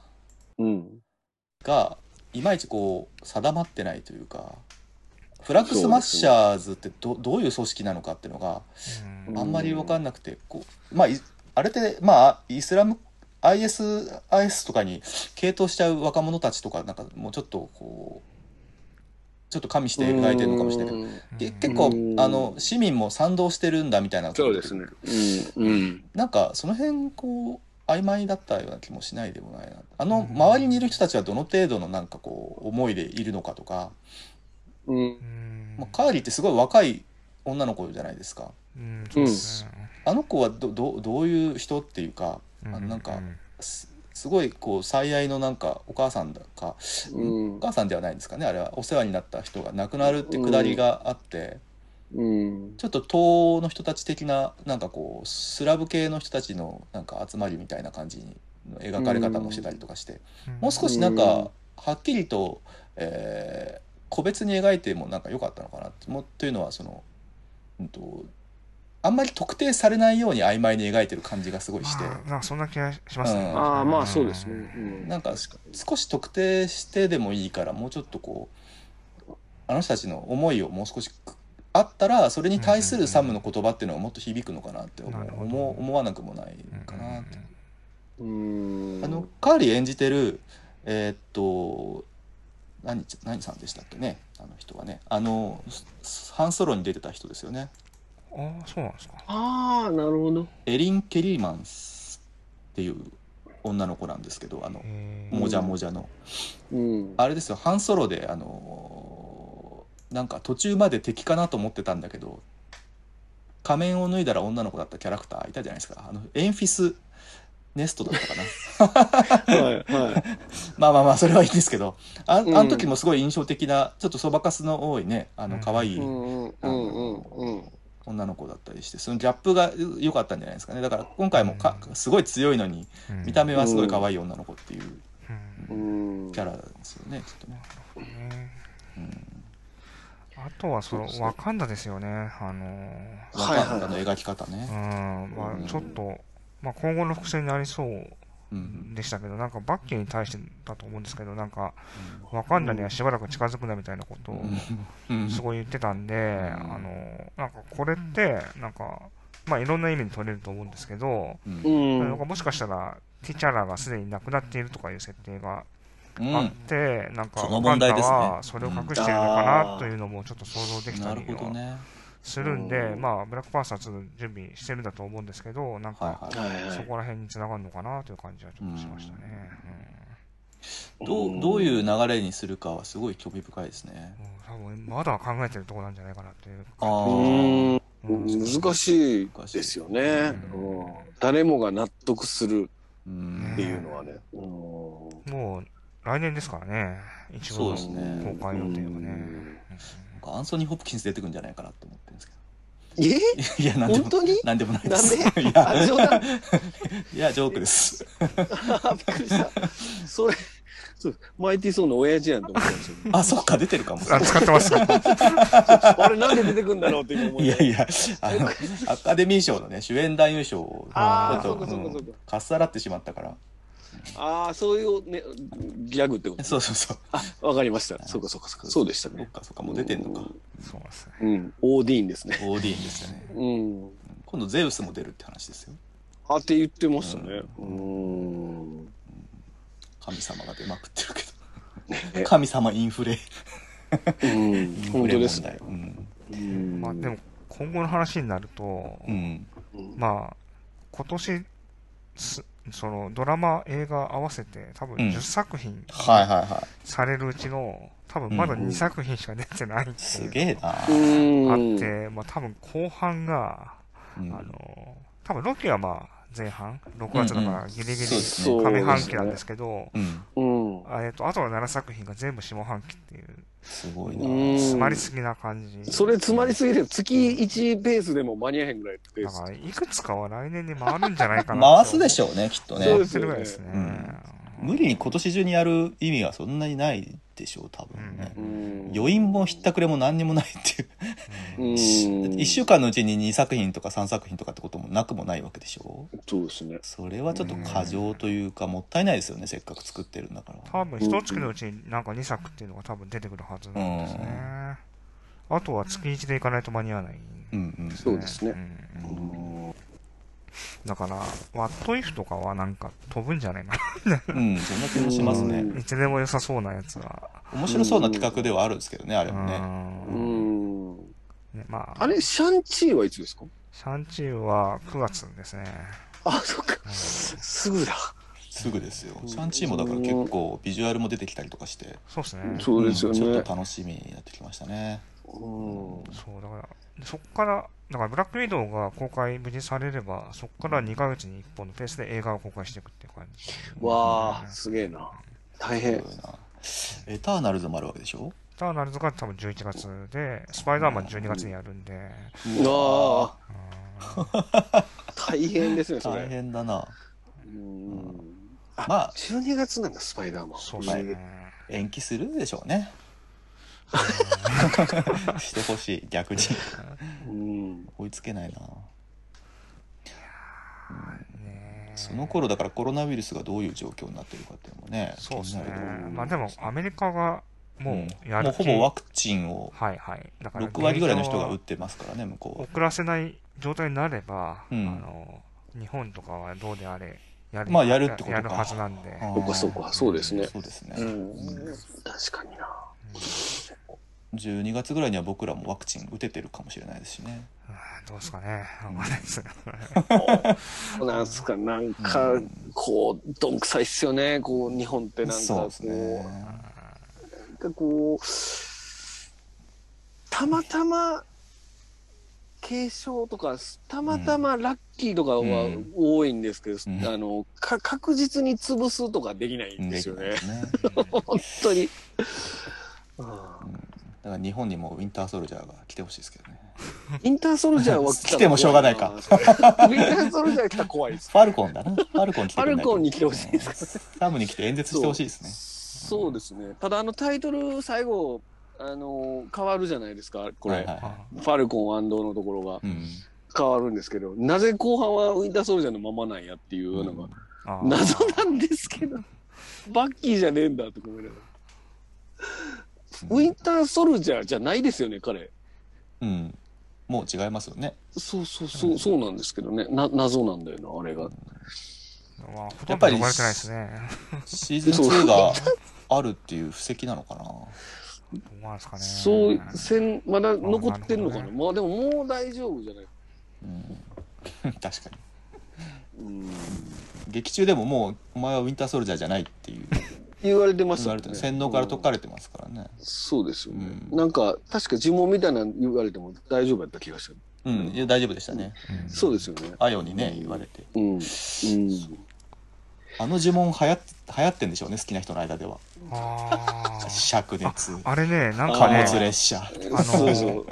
Speaker 3: うん。うん。
Speaker 1: ーがいまいちこう定まってないというか。フラッグスマッシャーズってどどういう組織なのかっていうのが
Speaker 2: うん
Speaker 1: あんまり分かんなくてこう、まあ、いあれって、まあ、イスラム ISIS とかに傾倒しちゃう若者たちとかなんかもうちょっとこうちょっと加味して描いてるのかもしれないけど。け結構
Speaker 3: うん
Speaker 1: あの市民も賛同してるんだみたいな
Speaker 3: そうですね。うん。うん。
Speaker 1: なんかその辺こう曖昧だったような気もしないでもないなあの
Speaker 2: うん
Speaker 1: 周りにいる人たちはどの程度のなんかこう思いでいるのかとか、
Speaker 3: うん
Speaker 2: う。ん
Speaker 1: まあ、カーリーってすごい若い女の子じゃないですか
Speaker 2: うん、そうですね。
Speaker 1: あの子はどどどういう人っていうかあなんか
Speaker 2: うん
Speaker 1: すすごいこう最愛のなんかお母さんだか
Speaker 3: うん
Speaker 1: お母さんではないんですかねあれはお世話になった人が亡くなるってくだりがあって、
Speaker 3: うん。
Speaker 1: ちょっと東欧の人たち的ななんかこうスラブ系の人たちのなんか集まりみたいな感じの描かれ方もしてたりとかして、もう少しなん
Speaker 3: うん
Speaker 1: かはっきりと、えー個別に描いてもなんか良かったのかなってもというのはその、うん、とあんまり特定されないように曖昧に描いてる感じがすごいして。
Speaker 2: まあなんかそんな気がします
Speaker 1: う
Speaker 2: ね。
Speaker 1: ん
Speaker 3: ああ、まあそうですね。うん。
Speaker 1: なんか少し特定してでもいいからもうちょっとこうあの人たちの思いをもう少しくあったらそれに対するサムの言葉っていうのはもっと響くのかなって思
Speaker 2: なる
Speaker 1: う
Speaker 2: ほど
Speaker 1: 思う思わなくもない
Speaker 2: うん。
Speaker 1: かなって。
Speaker 3: うん。
Speaker 1: あのカーリー演じてるえーっと何何さんでしたっけねあの人はねあのハンソロに出てた人ですよね
Speaker 2: ああ、そうなんですか。
Speaker 3: ああ、なるほど。
Speaker 1: エリン・ケリーマンスっていう女の子なんですけどあの
Speaker 2: へー
Speaker 1: もじゃもじゃの。
Speaker 3: うん。
Speaker 1: あれですよ、半ソロで、あのーなんか途中まで敵かなと思ってたんだけど、仮面を脱いだら女の子だったキャラクターいたじゃないですか。あの、エンフィス・ネストだったかな。 (laughs)
Speaker 3: はいはい。
Speaker 1: まあまあまあ、それはいいんですけど、ああ
Speaker 3: うん
Speaker 1: の時もすごい印象的な、ちょっとそばかすの多いね、あの、可愛い
Speaker 3: うんうんうんうん
Speaker 1: 女の子だったりして、そのギャップがう良かったんじゃないですかね。だから今回もか、すごい強いのに、
Speaker 2: うん
Speaker 1: 見た目はすごい可愛い女の子っていう
Speaker 2: うん
Speaker 3: うん。うん
Speaker 1: キャラなんですよね、きっとね。
Speaker 2: ね
Speaker 1: うん。
Speaker 2: あとは、その、
Speaker 3: そうですね
Speaker 2: わかんだですよね。あのー、
Speaker 3: はいはい
Speaker 1: 若い女の描き方ね。
Speaker 2: うん、ま
Speaker 1: うん
Speaker 2: あ、ちょっと、まあ、今後の伏線になりそう
Speaker 1: うん
Speaker 2: でしたけど、なんか、バッキーに対してだと思うんですけど、なんか、わかんだにはしばらく近づくなみたいなことを、
Speaker 1: うん
Speaker 2: すごい言ってたんで、
Speaker 1: ん
Speaker 2: あの、なんかこれって、なんか、まあいろんな意味に取れると思うんですけど、
Speaker 1: うん
Speaker 2: なんかもしかしたら、ティチャラがすでに亡くなっているとかいう設定が
Speaker 1: う
Speaker 2: あっ
Speaker 1: ん、
Speaker 2: て、なんか、
Speaker 1: その
Speaker 2: オカ
Speaker 1: 問
Speaker 2: ンダ
Speaker 1: 題
Speaker 2: は
Speaker 1: です
Speaker 2: そ
Speaker 1: ね
Speaker 2: れを隠しているのかなというのもちょっと想像できた
Speaker 1: なる
Speaker 2: り
Speaker 1: ほど
Speaker 2: は
Speaker 1: ね。
Speaker 2: するんで、
Speaker 3: うん
Speaker 2: まあ、ブラックパンサーズ準備してるんだと思うんですけど、なん
Speaker 1: は
Speaker 2: か、
Speaker 1: いは
Speaker 3: はいはい
Speaker 2: そこら辺につながるのかなという感じはちょっとしましたね。
Speaker 1: い。どうどういう流れにするかはすごい興味深いですね。
Speaker 2: うんうん多分、まだ考えてるところなんじゃないかなっていう。
Speaker 1: あ
Speaker 3: う
Speaker 1: ー
Speaker 3: ん難しいですよね、
Speaker 2: うん
Speaker 3: うん誰もが納得する
Speaker 1: う
Speaker 2: ね
Speaker 1: ん
Speaker 3: っていうのはね。うん
Speaker 2: もう来年ですからね、一
Speaker 1: そう
Speaker 2: 応
Speaker 1: ですね
Speaker 2: 公開予定はね。
Speaker 3: うん
Speaker 1: なんかアンソニー・ホプキンス出てくるんじゃないかなと思ってるんですけ (laughs)
Speaker 3: え
Speaker 1: いや、なんでも
Speaker 3: 本、当に
Speaker 1: なんでもないです。
Speaker 3: なん
Speaker 1: い
Speaker 3: あ
Speaker 1: や、
Speaker 3: 冗談
Speaker 1: いや、ジョークです。
Speaker 3: あびっくりした。それ、そうマイティーソーの親父やんと思ったんですよ。
Speaker 1: あ、そっか、出てるかも。
Speaker 2: あ使っ
Speaker 1: (laughs)
Speaker 2: てます。
Speaker 3: あれなんで出てくんだろうって今思
Speaker 1: いや
Speaker 3: い
Speaker 1: いや、あの、アカデミー賞のね、主演男優賞を、
Speaker 3: あ
Speaker 1: ち
Speaker 3: ー
Speaker 1: ょっ
Speaker 3: そうかそうかそう
Speaker 1: と
Speaker 3: か、
Speaker 1: かっさらってしまったから。
Speaker 3: ああ、そういうね、ギャグってこと
Speaker 1: そうそうそう。
Speaker 3: わかりました。そうかそうかそうか。そうでした
Speaker 1: そっ
Speaker 3: ね。
Speaker 1: か、そっか、もう出てんのか。
Speaker 2: そうですね。
Speaker 3: うん。オーディーンですね。
Speaker 1: オーディーンでしたね。
Speaker 3: うん。
Speaker 1: 今度、ゼウスも出るって話ですよ。
Speaker 3: あって言ってましたね。うん。
Speaker 1: 神様が出まくってるけ
Speaker 3: ね
Speaker 1: ど。神様インフレ。
Speaker 3: うん
Speaker 1: インフ
Speaker 3: 本
Speaker 1: レ
Speaker 3: 当
Speaker 1: 問
Speaker 3: です
Speaker 1: 題。うん。
Speaker 3: うん
Speaker 2: まあでも、今後の話になると、
Speaker 1: うん。
Speaker 3: うん
Speaker 2: まあ、今年、すそのドラマ、映画合わせて多分
Speaker 1: うん
Speaker 2: 10作品
Speaker 1: はいはいはい。
Speaker 2: されるうちの、多分まだ
Speaker 3: うん
Speaker 2: 2作品しか出てないって
Speaker 1: す
Speaker 2: いう
Speaker 1: げえな。
Speaker 3: うん
Speaker 2: あって、まあ多分後半が、
Speaker 1: うん
Speaker 2: あの、多分ロケはまあ前半、6月だか
Speaker 1: うんう
Speaker 2: ら
Speaker 1: ん
Speaker 2: ギリギリ
Speaker 1: そうですね
Speaker 2: 上半期なんですけど、
Speaker 1: うん。
Speaker 3: うん。
Speaker 2: あえっと、あとは7作品が全部下半期っていう、
Speaker 1: すごいうな。
Speaker 3: ん
Speaker 2: 詰まりすぎな感じ。
Speaker 3: それ詰まりすぎて、月1ペースでも間に合えへんぐらいのペー
Speaker 2: だ
Speaker 3: ス
Speaker 2: か。ら、いくつかは来年に回るんじゃないかな
Speaker 1: 回すでしょうね、きっとね。
Speaker 3: そう
Speaker 2: 思
Speaker 3: で
Speaker 2: っ
Speaker 3: す
Speaker 2: てるぐらいですね。
Speaker 1: うん無理に今年中にやる意味はそんなにないでしょう、多分ね
Speaker 2: う。
Speaker 3: うん
Speaker 1: 余韻もひったくれも何にもないっていう。
Speaker 2: う
Speaker 3: うんん。
Speaker 1: 1週間のうちに2作品とか3作品とかってこともなくもないわけでしょ
Speaker 3: そうですね。
Speaker 1: それはちょっと過剰というかもったいないですよねせっかく作ってるんだから
Speaker 2: 多分、一月のうちになんか2作っていうのが多分出てくるはずなんですね。あとは月1でいかないと間に合わない。
Speaker 1: うんうん
Speaker 3: そうですね
Speaker 2: うん
Speaker 3: うん
Speaker 2: だから、ワットイフとかはなんか飛ぶんじゃない
Speaker 3: (laughs)
Speaker 2: か
Speaker 1: うんそんな気もしますね
Speaker 2: な。いつでも良さそうなやつは。
Speaker 1: 面白そうな企画ではあるんですけどねあれ
Speaker 2: う
Speaker 1: もね
Speaker 2: ん。
Speaker 3: うん。
Speaker 2: ねま
Speaker 3: あ
Speaker 2: あ、
Speaker 3: れ、シャンチーはいつですか
Speaker 2: シャンチーは9月ですね。
Speaker 3: あ、そっか。すぐだ。
Speaker 1: すぐですよ
Speaker 3: うん
Speaker 1: シャンチーもだから結構ビジュアルも出てきたりとかして
Speaker 2: そうですね。
Speaker 3: そうですよね。
Speaker 1: んち
Speaker 3: う
Speaker 1: ょっ
Speaker 3: ん
Speaker 1: と楽しみになってきましたね
Speaker 2: そう、だから、でそっから、だからブラックウィドウが公開無事されれば、そこから2ヶ月に1本のペースで映画を公開していくっていう感じ。
Speaker 3: わあ、すげえな。大
Speaker 1: すごい
Speaker 3: 変。
Speaker 1: なエターナルズもあるわけでしょ
Speaker 2: エターナルズが多分11月で、スパイダーマン12月にやるんで、
Speaker 3: ああ、大変ですね、そ
Speaker 1: 大
Speaker 3: れ。
Speaker 1: 変だな
Speaker 3: うん
Speaker 1: まあ
Speaker 3: 12月なんだ、スパイダーマン。
Speaker 2: そうですね。
Speaker 1: 延期するでしょうね (laughs) してほしい逆に
Speaker 3: うん。
Speaker 1: 追いつけないな
Speaker 2: ね
Speaker 1: その頃だからコロナウイルスがどういう状況になってるかっていうのもね
Speaker 2: そうですね
Speaker 1: 気になるところ。
Speaker 2: まあでも、アメリカがもうや
Speaker 1: も
Speaker 2: る
Speaker 1: う
Speaker 2: 気、
Speaker 1: ほぼワクチンを
Speaker 2: はいはい。だから、
Speaker 1: 6割ぐらいの人が打ってますからね向こうは
Speaker 2: 遅らせない状態になれば、
Speaker 1: うん
Speaker 2: あの日本とかはどうであれ、や
Speaker 1: まあやるってことか
Speaker 2: やるはずなんで。
Speaker 1: あ
Speaker 3: そ
Speaker 1: ー
Speaker 3: っか、そっか、そうですね。
Speaker 1: そうですね、
Speaker 3: うん。確かにな。
Speaker 1: 12月ぐらいには僕らもワクチン打ててるかもしれないですしね
Speaker 2: うんどうですかね。わかんないです。
Speaker 3: なんすか、なんか、こう、どんくさいっすよね、こう、日本ってなんか、
Speaker 1: そう
Speaker 3: こ
Speaker 1: です
Speaker 3: う、な
Speaker 1: ね
Speaker 3: んかこう、たまたま、軽症とか、たまたまラッキーとかは
Speaker 1: うん
Speaker 3: 多いんですけど、
Speaker 1: うん
Speaker 3: あの、か、確実に潰すとかできないんですよね
Speaker 1: で。きないですね
Speaker 3: 本当に。
Speaker 1: だから日本にもウィンターソルジャーが来てほしいですけどね
Speaker 3: インターソルジャーは
Speaker 1: 来てもしょ (laughs) うがないか
Speaker 3: ウィンターソルジャー来たら怖いです。
Speaker 1: ファルコンだなファルコン来て
Speaker 3: ファ
Speaker 1: くれ
Speaker 3: ル
Speaker 1: ない
Speaker 3: コンに来てほしいですか
Speaker 1: サムに来て演説してほしいですね
Speaker 3: そうですね。ただあのタイトル最後、あの変わるじゃないですか、これ。
Speaker 1: はいはいは
Speaker 2: あ
Speaker 3: ファルコンのところが
Speaker 1: いうん
Speaker 3: 変わるんですけど、なぜ後半はウィンターソルジャーのままなんやっていうのが、
Speaker 2: あ
Speaker 3: 謎なんですけど、バッキーじゃねえんだって思いながら。ウィンターソルジャーじゃないですよね、彼。
Speaker 1: うん、もう違いますよね
Speaker 3: そうそうそう、そうなんですけどね。な、謎なんだよな、あれが。
Speaker 2: まあ、ほとんど呼ばれてないですね。
Speaker 1: シーズン2があるっていう布石なのかな
Speaker 2: どうなんですかね。
Speaker 3: そう、せん、まだ残ってんのかな。
Speaker 2: なる
Speaker 3: まあでももう大丈夫じゃない。
Speaker 1: うん (laughs) 確かに
Speaker 3: うん。
Speaker 1: 劇中でももうお前はウィンターソルジャーじゃないっていう
Speaker 3: 言われてま
Speaker 1: 言
Speaker 3: した
Speaker 1: わ
Speaker 3: も
Speaker 1: れ
Speaker 3: ん
Speaker 1: て
Speaker 3: ね。
Speaker 1: 洗脳から解かれてますからね
Speaker 3: そうですよね。
Speaker 1: うん
Speaker 3: なんか、確か呪文みたいなの言われても大丈夫やった気がする。
Speaker 1: うん、いや大丈夫でしたね
Speaker 3: そうですよね。
Speaker 1: あよにね言われて
Speaker 3: うん。うん。
Speaker 1: あの呪文はや流行ってんでしょうね好きな人の間では
Speaker 2: あー
Speaker 1: 灼熱
Speaker 2: あれね、なん
Speaker 1: 貨
Speaker 2: か
Speaker 1: 物
Speaker 2: ね、
Speaker 1: 列車
Speaker 2: あの
Speaker 3: そうそう。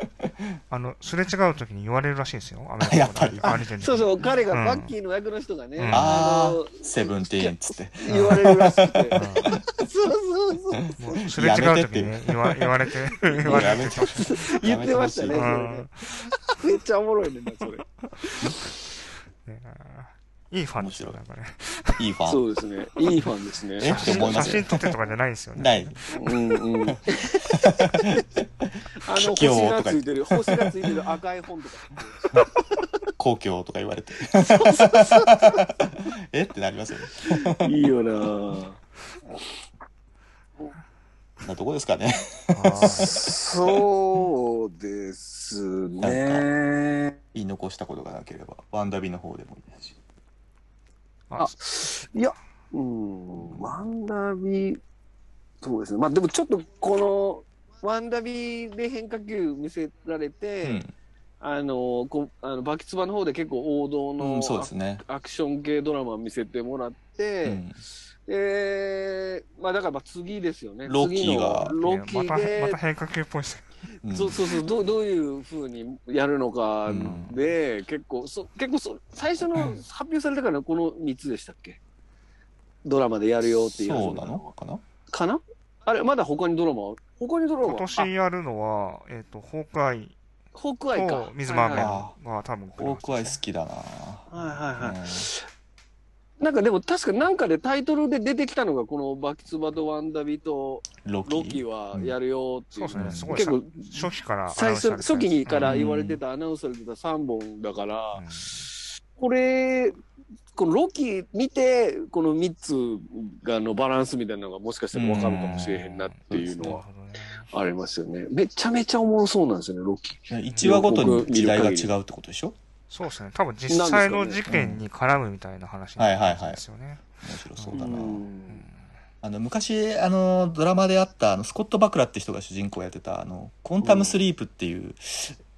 Speaker 2: あの、すれ違う時に言われるらしいですよ。アメ
Speaker 1: やっぱり
Speaker 2: アメリカ人
Speaker 3: そうそう、彼が
Speaker 2: うん
Speaker 3: バッキーの役の人がね、
Speaker 2: うん
Speaker 1: あ
Speaker 3: の
Speaker 1: あ、セブンティーンっつって。
Speaker 3: 言われるらしくて。
Speaker 2: うん
Speaker 3: そうそうそう。
Speaker 2: もうすれ違う時にね言わ言われて、言われ
Speaker 1: や
Speaker 2: て
Speaker 1: め
Speaker 2: ま
Speaker 1: て
Speaker 2: した。
Speaker 3: 言ってましたね、
Speaker 2: う
Speaker 3: それ
Speaker 2: ん
Speaker 3: ね。めっちゃおもろいねんな、それ。
Speaker 2: ねいいファンですよ、なんかね。
Speaker 1: いいファン。
Speaker 3: そうですね。いいファンですね。
Speaker 1: え
Speaker 2: 写真
Speaker 1: 思いま
Speaker 2: 写
Speaker 1: すよ
Speaker 2: 真撮ってとかじゃないんですよ
Speaker 1: (laughs)
Speaker 2: ね。
Speaker 1: ない。
Speaker 3: うんうん。あの、
Speaker 1: 卑怯
Speaker 3: 星が
Speaker 1: とか
Speaker 3: ついてる、星がついてる赤い本とか。
Speaker 1: 公共とか言われて。えってなりますよね。
Speaker 3: いいよな
Speaker 1: そんなとこですかね。
Speaker 2: はい
Speaker 3: そうですね。
Speaker 1: 言い残したことがなければ、ワンダビの方でもいいですし。
Speaker 2: あ
Speaker 3: いや、うん、ワンダビそうですね。まあでもちょっとこの、ワンダビで変化球見せられて、
Speaker 1: うん。
Speaker 3: あの、こうあのバキツバの方で結構王道の、
Speaker 1: うん、そうですね。
Speaker 3: アクション系ドラマ見せてもらっ
Speaker 1: う
Speaker 3: て、
Speaker 1: ん。
Speaker 3: えー、まあだからまあ次ですよね。
Speaker 1: ロキ
Speaker 3: 次の
Speaker 1: が
Speaker 3: ロキ
Speaker 2: また、ま
Speaker 3: で
Speaker 2: た、変化球っぽいです
Speaker 1: うん
Speaker 3: そうそうそう、どうどういう風にやるのかで、結構、そ結構そ、最初の発表されたからこの3つでしたっけドラマでやるよっていうやつ。
Speaker 1: そうなのかな
Speaker 3: かなあれ、まだ他にドラマ他にドラマ
Speaker 2: 今
Speaker 3: あ
Speaker 2: 年やるのは、えっ、と、崩壊
Speaker 3: ホークアイか
Speaker 2: と。水マーメイ
Speaker 3: はい
Speaker 2: ドが多分来る
Speaker 1: オークアイ
Speaker 2: で
Speaker 1: 好
Speaker 2: す
Speaker 1: きだな
Speaker 3: はいはい
Speaker 1: う
Speaker 3: はい。
Speaker 1: ん
Speaker 3: なんかでも確かなんかでタイトルで出てきたのがこのバキツバとワンダビと
Speaker 1: ロキ。
Speaker 3: ロキはやるよっていう。
Speaker 2: そうですね、すごい
Speaker 3: 結
Speaker 2: さ
Speaker 3: 構
Speaker 2: 初期から
Speaker 3: 最初、初期から言われて
Speaker 1: うん
Speaker 3: た、アナウンスされてた3本だから、
Speaker 2: うん
Speaker 3: これ、このロキ見て、この3つがのバランスみたいなのがもしかしたら分かるかもしれへんなっていうのは
Speaker 2: なるほどね
Speaker 3: ありますよね。めちゃめちゃおもろそうなんですよね、ロキ。
Speaker 1: 1話ごとに時代が違うってことでしょ
Speaker 2: そうですね、多分実際の事件に絡むみたいな話になるんですよね。
Speaker 1: 面白そうだ
Speaker 3: う
Speaker 1: な。
Speaker 3: ん
Speaker 1: あの昔あのドラマであったあのスコット・バクラって人が主人公やってた「あのコンタム・スリープ」っていう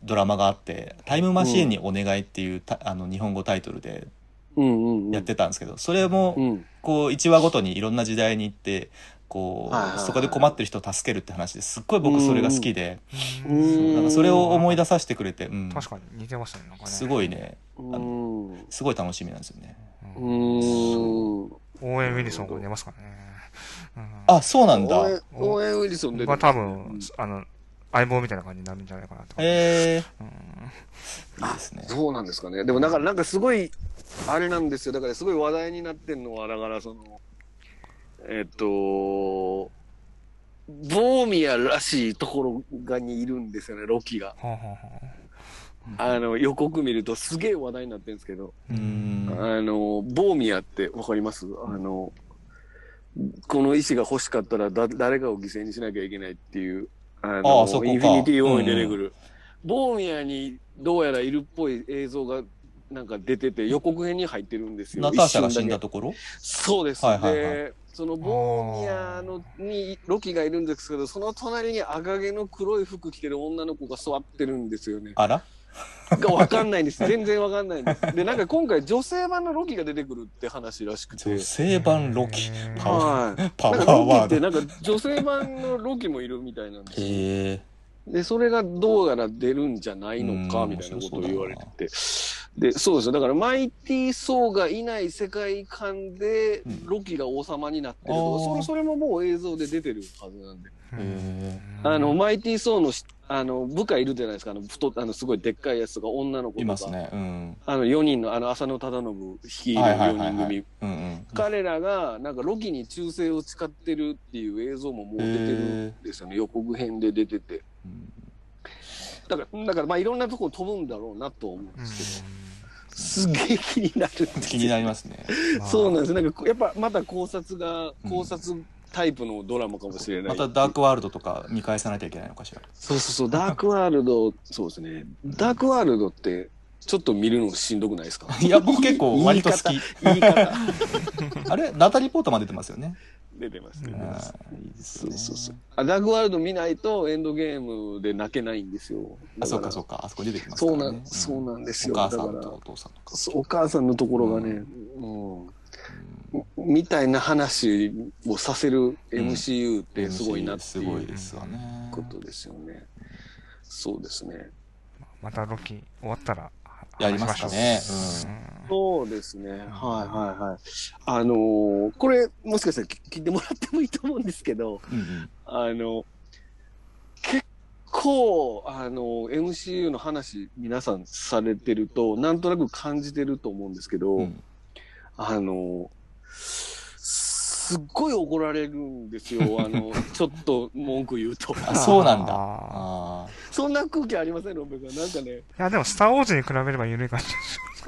Speaker 1: ドラマがあって「タイムマシーンにお願い」っていうたあの日本語タイトルで
Speaker 3: うんうんうん。
Speaker 1: やってたんですけどそれ
Speaker 3: う
Speaker 1: も
Speaker 3: ん。
Speaker 1: こう1話ごとにいろんな時代に行ってこ
Speaker 3: はいはいは
Speaker 1: う
Speaker 3: い
Speaker 1: そこで困ってる人を助けるって話ですっごい僕それが好きで
Speaker 2: う
Speaker 3: うん
Speaker 1: なんかそれを思い出させてくれて、うん、
Speaker 2: 確かに似てましたね、なんかね。
Speaker 1: すごいね
Speaker 3: うん。う
Speaker 1: すごい楽しみなんですよね。
Speaker 2: うん
Speaker 3: ん。
Speaker 2: 応援ウィリソンが出ますからね。うん
Speaker 1: あそうなん
Speaker 3: 応援
Speaker 1: だ。
Speaker 3: 応援ウィリソン出て
Speaker 2: が
Speaker 3: ます
Speaker 2: 多分、あの、相棒みたいな感じになるんじゃないかなと。
Speaker 1: え
Speaker 2: うん
Speaker 1: ー、いいですね。
Speaker 3: そうなんですかね。でもだからなんかすごい、あれなんですよ。だからすごい話題になってんのは、だからその、えっと、ボーミアらしいところがにいるんですよね、ロキが。
Speaker 2: ほうほうほう
Speaker 3: あの、予告見るとすげえ話題になってるんですけど、
Speaker 1: うーん
Speaker 3: あの、ボーミアってわかりますあの、この石が欲しかったらだ誰かを犠牲にしなきゃいけないっていう、あの、
Speaker 1: ああそこか
Speaker 3: インフィニティ王に出てくる。ボーミアにどうやらいるっぽい映像がなんか出てて予告編に入ってるんですよ。
Speaker 1: ナターシャが死んだ
Speaker 3: 一瞬け
Speaker 1: ところ
Speaker 3: そうです。
Speaker 1: はいはいはい
Speaker 3: で、そのボーミアのにロキがいるんですけど、その隣に赤毛の黒い服着てる女の子が座ってるんですよね。
Speaker 1: あら
Speaker 3: がわかんないんです。全然わかんないんです。で、なんか今回女性版のロキが出てくるって話らしくて
Speaker 1: 女。性版ロキ。
Speaker 2: へー
Speaker 1: パワ
Speaker 3: はい。
Speaker 1: ーパワ
Speaker 3: な
Speaker 1: ー
Speaker 3: んかロキ
Speaker 1: ワ
Speaker 3: っ
Speaker 1: ー
Speaker 3: て
Speaker 1: ド。
Speaker 3: なんか女性版のロキもいるみたいなんですよ
Speaker 1: へえ。
Speaker 3: で、それがどうやら出るんじゃないのか
Speaker 1: うん
Speaker 3: みたいなことを言われてて。で、そうですよ。だからマイティー・ソーがいない世界観で
Speaker 1: うん
Speaker 3: ロキが王様になってる
Speaker 1: あ
Speaker 3: と
Speaker 1: ー
Speaker 3: それ、それももう映像で出てるはずなんで。
Speaker 1: へ
Speaker 3: あの、、マイティー・ソーのしあの部下いるじゃないですか。あの、太っあのすごいでっかいやつとか女の
Speaker 1: ー
Speaker 3: 子とか。
Speaker 1: いますね。うん。
Speaker 3: あの、4人の、あの、浅野忠信率いる
Speaker 1: はいは
Speaker 3: 4
Speaker 1: いはい
Speaker 3: 人
Speaker 1: は
Speaker 3: 組
Speaker 1: い。。うんうん。
Speaker 3: 彼らが、なんか、ロキに忠誠を誓ってるっていう映像ももう出てるんですよね。予告編で出てて。
Speaker 1: うん
Speaker 3: だから、だからまあ、いろんなとこ飛ぶんだろうなと思うん
Speaker 1: (laughs)
Speaker 2: う
Speaker 3: で
Speaker 2: ん
Speaker 3: すけど、すげえ気になるんです
Speaker 1: 気になりますね。
Speaker 2: まあ
Speaker 3: (laughs) そうなんです。なんか、やっぱ、また考察が、
Speaker 1: うん
Speaker 3: 考察タイプのドラマかもしれな
Speaker 1: ま
Speaker 3: い。
Speaker 1: たダークワールドとか見返さなきゃいけないのかしら。
Speaker 3: そうそうそう、ダークワールド、そうですね。ダークワールドって、ちょっと見るのしんどく (laughs) ないですか
Speaker 1: いや、僕結構割と好き。
Speaker 3: 言い方、
Speaker 1: (laughs) あれナタリーポートまで出てますよね。
Speaker 3: 出てます、
Speaker 2: う
Speaker 3: 出
Speaker 2: ん
Speaker 3: て
Speaker 1: あ
Speaker 3: ます。
Speaker 1: ーいいです
Speaker 3: そ
Speaker 1: よ
Speaker 3: う
Speaker 1: ね
Speaker 3: そうそう。あダークワールド見ないとエンドゲームで泣けないんですよ。
Speaker 1: あ、そうか
Speaker 3: だ
Speaker 1: そうか。あそこ出てきます
Speaker 3: そ
Speaker 1: から
Speaker 3: う
Speaker 1: ね。
Speaker 3: なん、そうなんです
Speaker 1: お
Speaker 3: よ。
Speaker 1: 母さ
Speaker 3: だか
Speaker 1: ん
Speaker 3: ら
Speaker 1: とお父さんとか。
Speaker 3: そうお母さんのところがね、うんみたいな話をさせる MCU ってすごいなって
Speaker 1: す
Speaker 3: い
Speaker 1: ごいうですわね
Speaker 3: こ。とですよね。そうですね。
Speaker 2: またロキ終わったら
Speaker 1: やりますかね
Speaker 2: 話しましょう
Speaker 3: そうですね。はいはいはい。あのーこれ、もしかしたら聞聞いてもらってもいいと思うんですけど、
Speaker 1: うんうん
Speaker 3: あの、結構、あの、MCU の話、皆さんされてると、なんとなく感じてると思うんですけど、
Speaker 1: うん
Speaker 3: あの、すっごい怒られるんです
Speaker 1: (laughs)
Speaker 3: よ。あの、ちょっと文句言うと。
Speaker 1: あ (laughs) そうなんだ
Speaker 2: あ
Speaker 1: あ
Speaker 3: そんな空気ありません、ロベさん。なん
Speaker 1: (laughs)
Speaker 3: かね、
Speaker 2: ーいや、でも、スターウォーズに比べれば緩い感じ。
Speaker 3: ス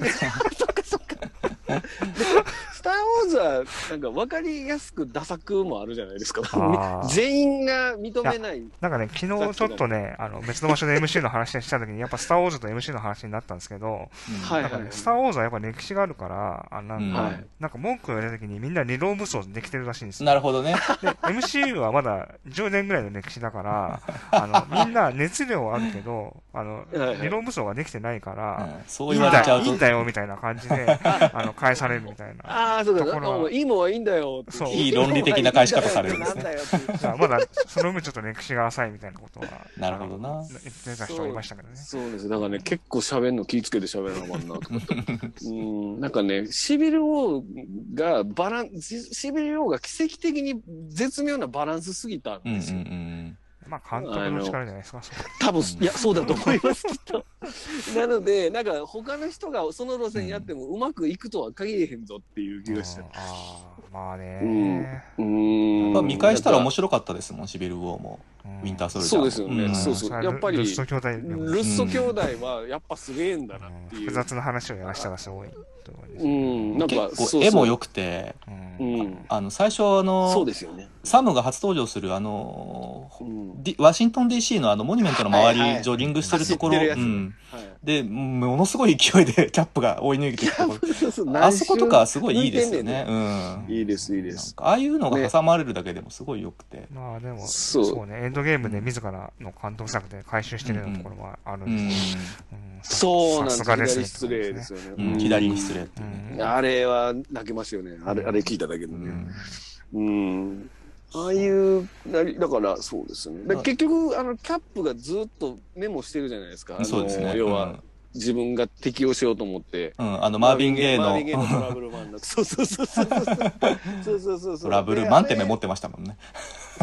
Speaker 3: ター・ウォーズは、なんか分かりやすくダサくもあるじゃないですか
Speaker 2: あ。ー
Speaker 3: (laughs) 全員が認めない。
Speaker 2: なんかね、昨日ちょっとね、あの、別の場所で MC の話した時に、やっぱスターウォーズと MC の話になったんですけど、
Speaker 1: ーうん
Speaker 3: はい
Speaker 2: なんかね、スターウォーズはやっぱ歴史があるから、あなんか、
Speaker 1: はい
Speaker 2: なんか文句を言われた時にみんな理論武装できてるらしいんですよ。
Speaker 1: なるほどね
Speaker 2: で、MCU はまだ10年ぐらいの歴史
Speaker 1: (laughs)
Speaker 2: だから、あの、みんな熱量はあるけど、あの
Speaker 3: はいはい、
Speaker 2: 理論武装ができてないから、
Speaker 1: うんそう
Speaker 2: いい
Speaker 1: 言
Speaker 2: ん
Speaker 1: われちゃ
Speaker 2: だ
Speaker 1: う
Speaker 2: いいん
Speaker 1: と
Speaker 2: だよ、みたいな感
Speaker 1: (laughs)
Speaker 2: じで、あの、返されるみたいな。
Speaker 3: ああ、そう
Speaker 2: ところ
Speaker 3: か。
Speaker 2: は
Speaker 3: うんいいもんはいいんだよって。
Speaker 2: そう
Speaker 1: いい論理的な返し方されるんですね
Speaker 3: なんだよって
Speaker 2: だからまだ、その分ちょっと歴史が浅いみたいなことは、
Speaker 1: なるほどな
Speaker 2: あの言ってた人がいましたけどね。
Speaker 3: (laughs) そうです。だからね、結構喋るの気ぃつけて喋らなあかんなと思って。うん、なんかね、シビル王がバラン、シシビル王が奇跡的に絶妙なバランスすぎたん
Speaker 1: うんうんう
Speaker 3: ですよ。
Speaker 1: ん
Speaker 2: まあ、監督の力じゃないですか、そこ
Speaker 3: 多分、
Speaker 1: うん
Speaker 3: いや、そうだと思います、きっと。なので、なんか他の人がその路線やってもうまくいくとは限れへんぞっていう気がして。
Speaker 2: あーまあ
Speaker 3: う
Speaker 2: ね、
Speaker 3: うん
Speaker 1: まあ見返したら面白
Speaker 3: 白
Speaker 1: かったですもんシビル・ウォーも
Speaker 2: うん
Speaker 1: ウィンター・ソルジャー
Speaker 3: そ
Speaker 1: も
Speaker 3: うですよね。
Speaker 1: ん
Speaker 3: そうそう。
Speaker 2: れ
Speaker 3: やっぱり、
Speaker 2: ル
Speaker 3: ル
Speaker 2: ッソ兄弟でもうん
Speaker 3: ッソ兄弟はやっぱすげえんだなっていう。
Speaker 2: 複雑な話をやらしたらすごいと思います
Speaker 3: う
Speaker 2: ね。
Speaker 3: ん、なんか、
Speaker 1: 結構
Speaker 3: そう
Speaker 1: 絵も
Speaker 3: よ
Speaker 1: 良くて
Speaker 2: うん
Speaker 3: うん。
Speaker 1: あの最初あ
Speaker 3: そう
Speaker 1: の
Speaker 3: ですよね。
Speaker 1: サムが初登場するあの
Speaker 3: うん。
Speaker 1: D- ワシントン DC のあのモニュメントの周
Speaker 3: はいはい
Speaker 1: りジョギングしてるところ、
Speaker 3: 走ってるやつ
Speaker 1: うん
Speaker 3: (laughs) はい。
Speaker 1: でものすごい勢いでキャ (laughs) ップが追い抜いていくとこ
Speaker 3: そうそう
Speaker 1: ろあそこと。かすごいいいですよ
Speaker 3: 抜
Speaker 1: ね
Speaker 3: い
Speaker 1: うん
Speaker 3: 何周いいです、いいで
Speaker 1: なん
Speaker 3: す。
Speaker 1: かああいうのが挟まれるだけでもすごい良くて、
Speaker 2: まあでも、
Speaker 3: そう
Speaker 2: そうね、エンドゲームで自らの監督作で回収してるようなところもある
Speaker 1: うんん
Speaker 2: ですけどうん
Speaker 3: そうなんで
Speaker 2: さ
Speaker 3: す。
Speaker 2: すがです
Speaker 3: 左
Speaker 2: ね
Speaker 3: 失礼ですよね。
Speaker 1: うん
Speaker 3: うん
Speaker 1: 左に失礼っていうね、
Speaker 2: うん
Speaker 3: あれは泣けますよね。あれ、あれ聞いただけで
Speaker 1: う
Speaker 3: ね。
Speaker 1: ん
Speaker 3: うん。ああいう、なり、だから、そうですね。で
Speaker 1: はい
Speaker 3: 結局、あの、キャップがずっとメモしてるじゃないですか。あの
Speaker 1: そうですね
Speaker 3: 要は、自分が適応しようと思って。
Speaker 1: うん、うんあのマービン・ゲイ
Speaker 3: マ
Speaker 1: の
Speaker 3: ービンゲイのトラブルマンだ。そうそうそうそうそう。そうそうそうそ
Speaker 1: (laughs)
Speaker 3: う。
Speaker 1: トラブルマンってメ
Speaker 3: で
Speaker 1: モってましたもんね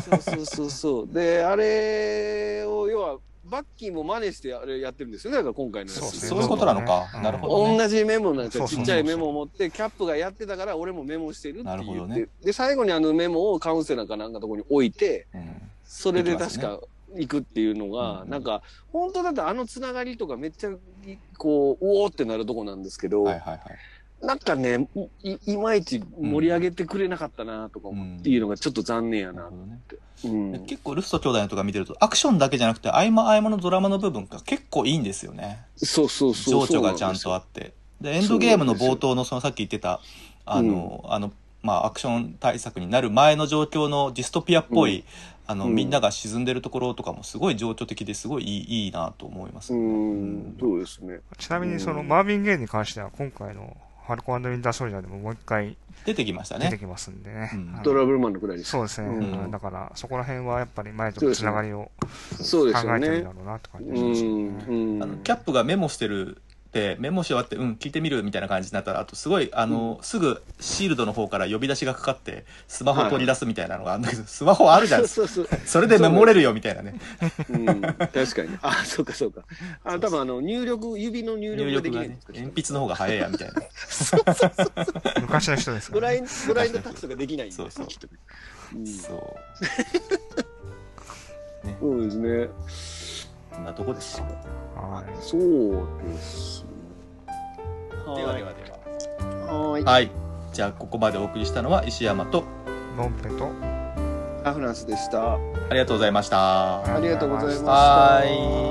Speaker 3: そうそうそうそう。で、あれを、要は、バッキーも真似してあれやってるんですよね。だから今回のやつ。
Speaker 2: そうですね
Speaker 1: そういうことなのか、
Speaker 2: うん
Speaker 1: なるほど、ね、
Speaker 3: 同じメモなんですよ。
Speaker 2: そうそうそ
Speaker 3: ち
Speaker 2: う
Speaker 3: っちゃいメモを持って、キャップがやってたから、俺もメモしてるって
Speaker 1: なる
Speaker 3: 言
Speaker 1: ほ
Speaker 3: っ
Speaker 1: ど
Speaker 3: て、
Speaker 1: ね
Speaker 3: で、最後にあのメモをカウンセラーかなんかとこに置いて、
Speaker 1: うん
Speaker 3: それで
Speaker 1: できま
Speaker 3: 確
Speaker 1: すね
Speaker 3: か行くっていうのが、
Speaker 1: うん
Speaker 3: なんか、本当だとあのつながりとかめっちゃ、こう、おおってなるとこなんですけど、
Speaker 1: はいはいはい
Speaker 3: なんかね、いいまいち盛り上げてくれなかったなとか思うっていうのがちょっと残念や
Speaker 1: なるほ。
Speaker 3: な
Speaker 1: どね
Speaker 3: うん
Speaker 1: で結構ルスト兄弟のとか見てるとアクションだけじゃなくて合間合間のドラマの部分が結構いいんですよね
Speaker 3: そうそうそう。
Speaker 1: 情緒がちゃんとあってでエンドゲームの冒頭のそのさっき言ってたあの、あのまあアクション対策になる前の状況のディストピアっぽい、あの
Speaker 3: うん
Speaker 1: みんなが沈んでるところとかもすごい情緒的ですごいいいいいなと思います、
Speaker 3: う
Speaker 1: うん
Speaker 3: ん、そうですね。
Speaker 2: ちなみに、そうの、
Speaker 3: ん
Speaker 2: マービン・ゲイに関しては、今回の、ハルコウィンター・ソルジャーでももう一回
Speaker 1: 出てきました
Speaker 2: 出て
Speaker 1: ね
Speaker 2: きますんでね。
Speaker 1: うん
Speaker 2: あの
Speaker 3: トラブルマンのくらいです。
Speaker 2: そうですね。
Speaker 3: うん
Speaker 2: うんだから、そこら辺はやっぱり前とのつながりを
Speaker 3: そう
Speaker 2: 考
Speaker 3: ですよ
Speaker 2: えてるん
Speaker 3: ね
Speaker 2: だ。ろうなって感じ
Speaker 3: う
Speaker 2: がしますよ
Speaker 3: ん
Speaker 2: ね。。
Speaker 3: うん
Speaker 1: あのキャップがメモしてるってメモし終わってうん聞いてみるみたいな感じになったらあとすごいあの、すぐシールドの方から呼び出しがかかってスマホ取り出すみたいなのがあるんだけど、スマホあるじゃないですか
Speaker 3: そうそうそう。
Speaker 1: それでメモれるよみたいなね
Speaker 3: うん、確かに。あ、そうかそうか。あ、多分あの、入力、指の入
Speaker 1: 入
Speaker 3: 力が
Speaker 1: 力
Speaker 3: でき
Speaker 1: が
Speaker 3: ないん
Speaker 1: ね
Speaker 3: ですか
Speaker 1: 鉛筆の方が早いやみたいな
Speaker 2: 昔の人ですか
Speaker 3: ブ
Speaker 2: ら
Speaker 3: ラ
Speaker 2: ね
Speaker 3: インド、ブラインドタッチとかできないんです
Speaker 1: そうそう
Speaker 3: きっとねう
Speaker 1: (laughs)
Speaker 3: ん
Speaker 1: そう
Speaker 3: そうですね。
Speaker 1: こんなとこですか
Speaker 2: はい
Speaker 3: そうですね。
Speaker 1: ではで
Speaker 3: は
Speaker 1: はでは。
Speaker 3: い。は
Speaker 1: はい。じゃあ、ここまでお送りしたのは石山と、
Speaker 2: ロンペと、
Speaker 3: い。アフランスでした。
Speaker 1: ありがとうございました。
Speaker 3: ありがとうございました。
Speaker 1: はい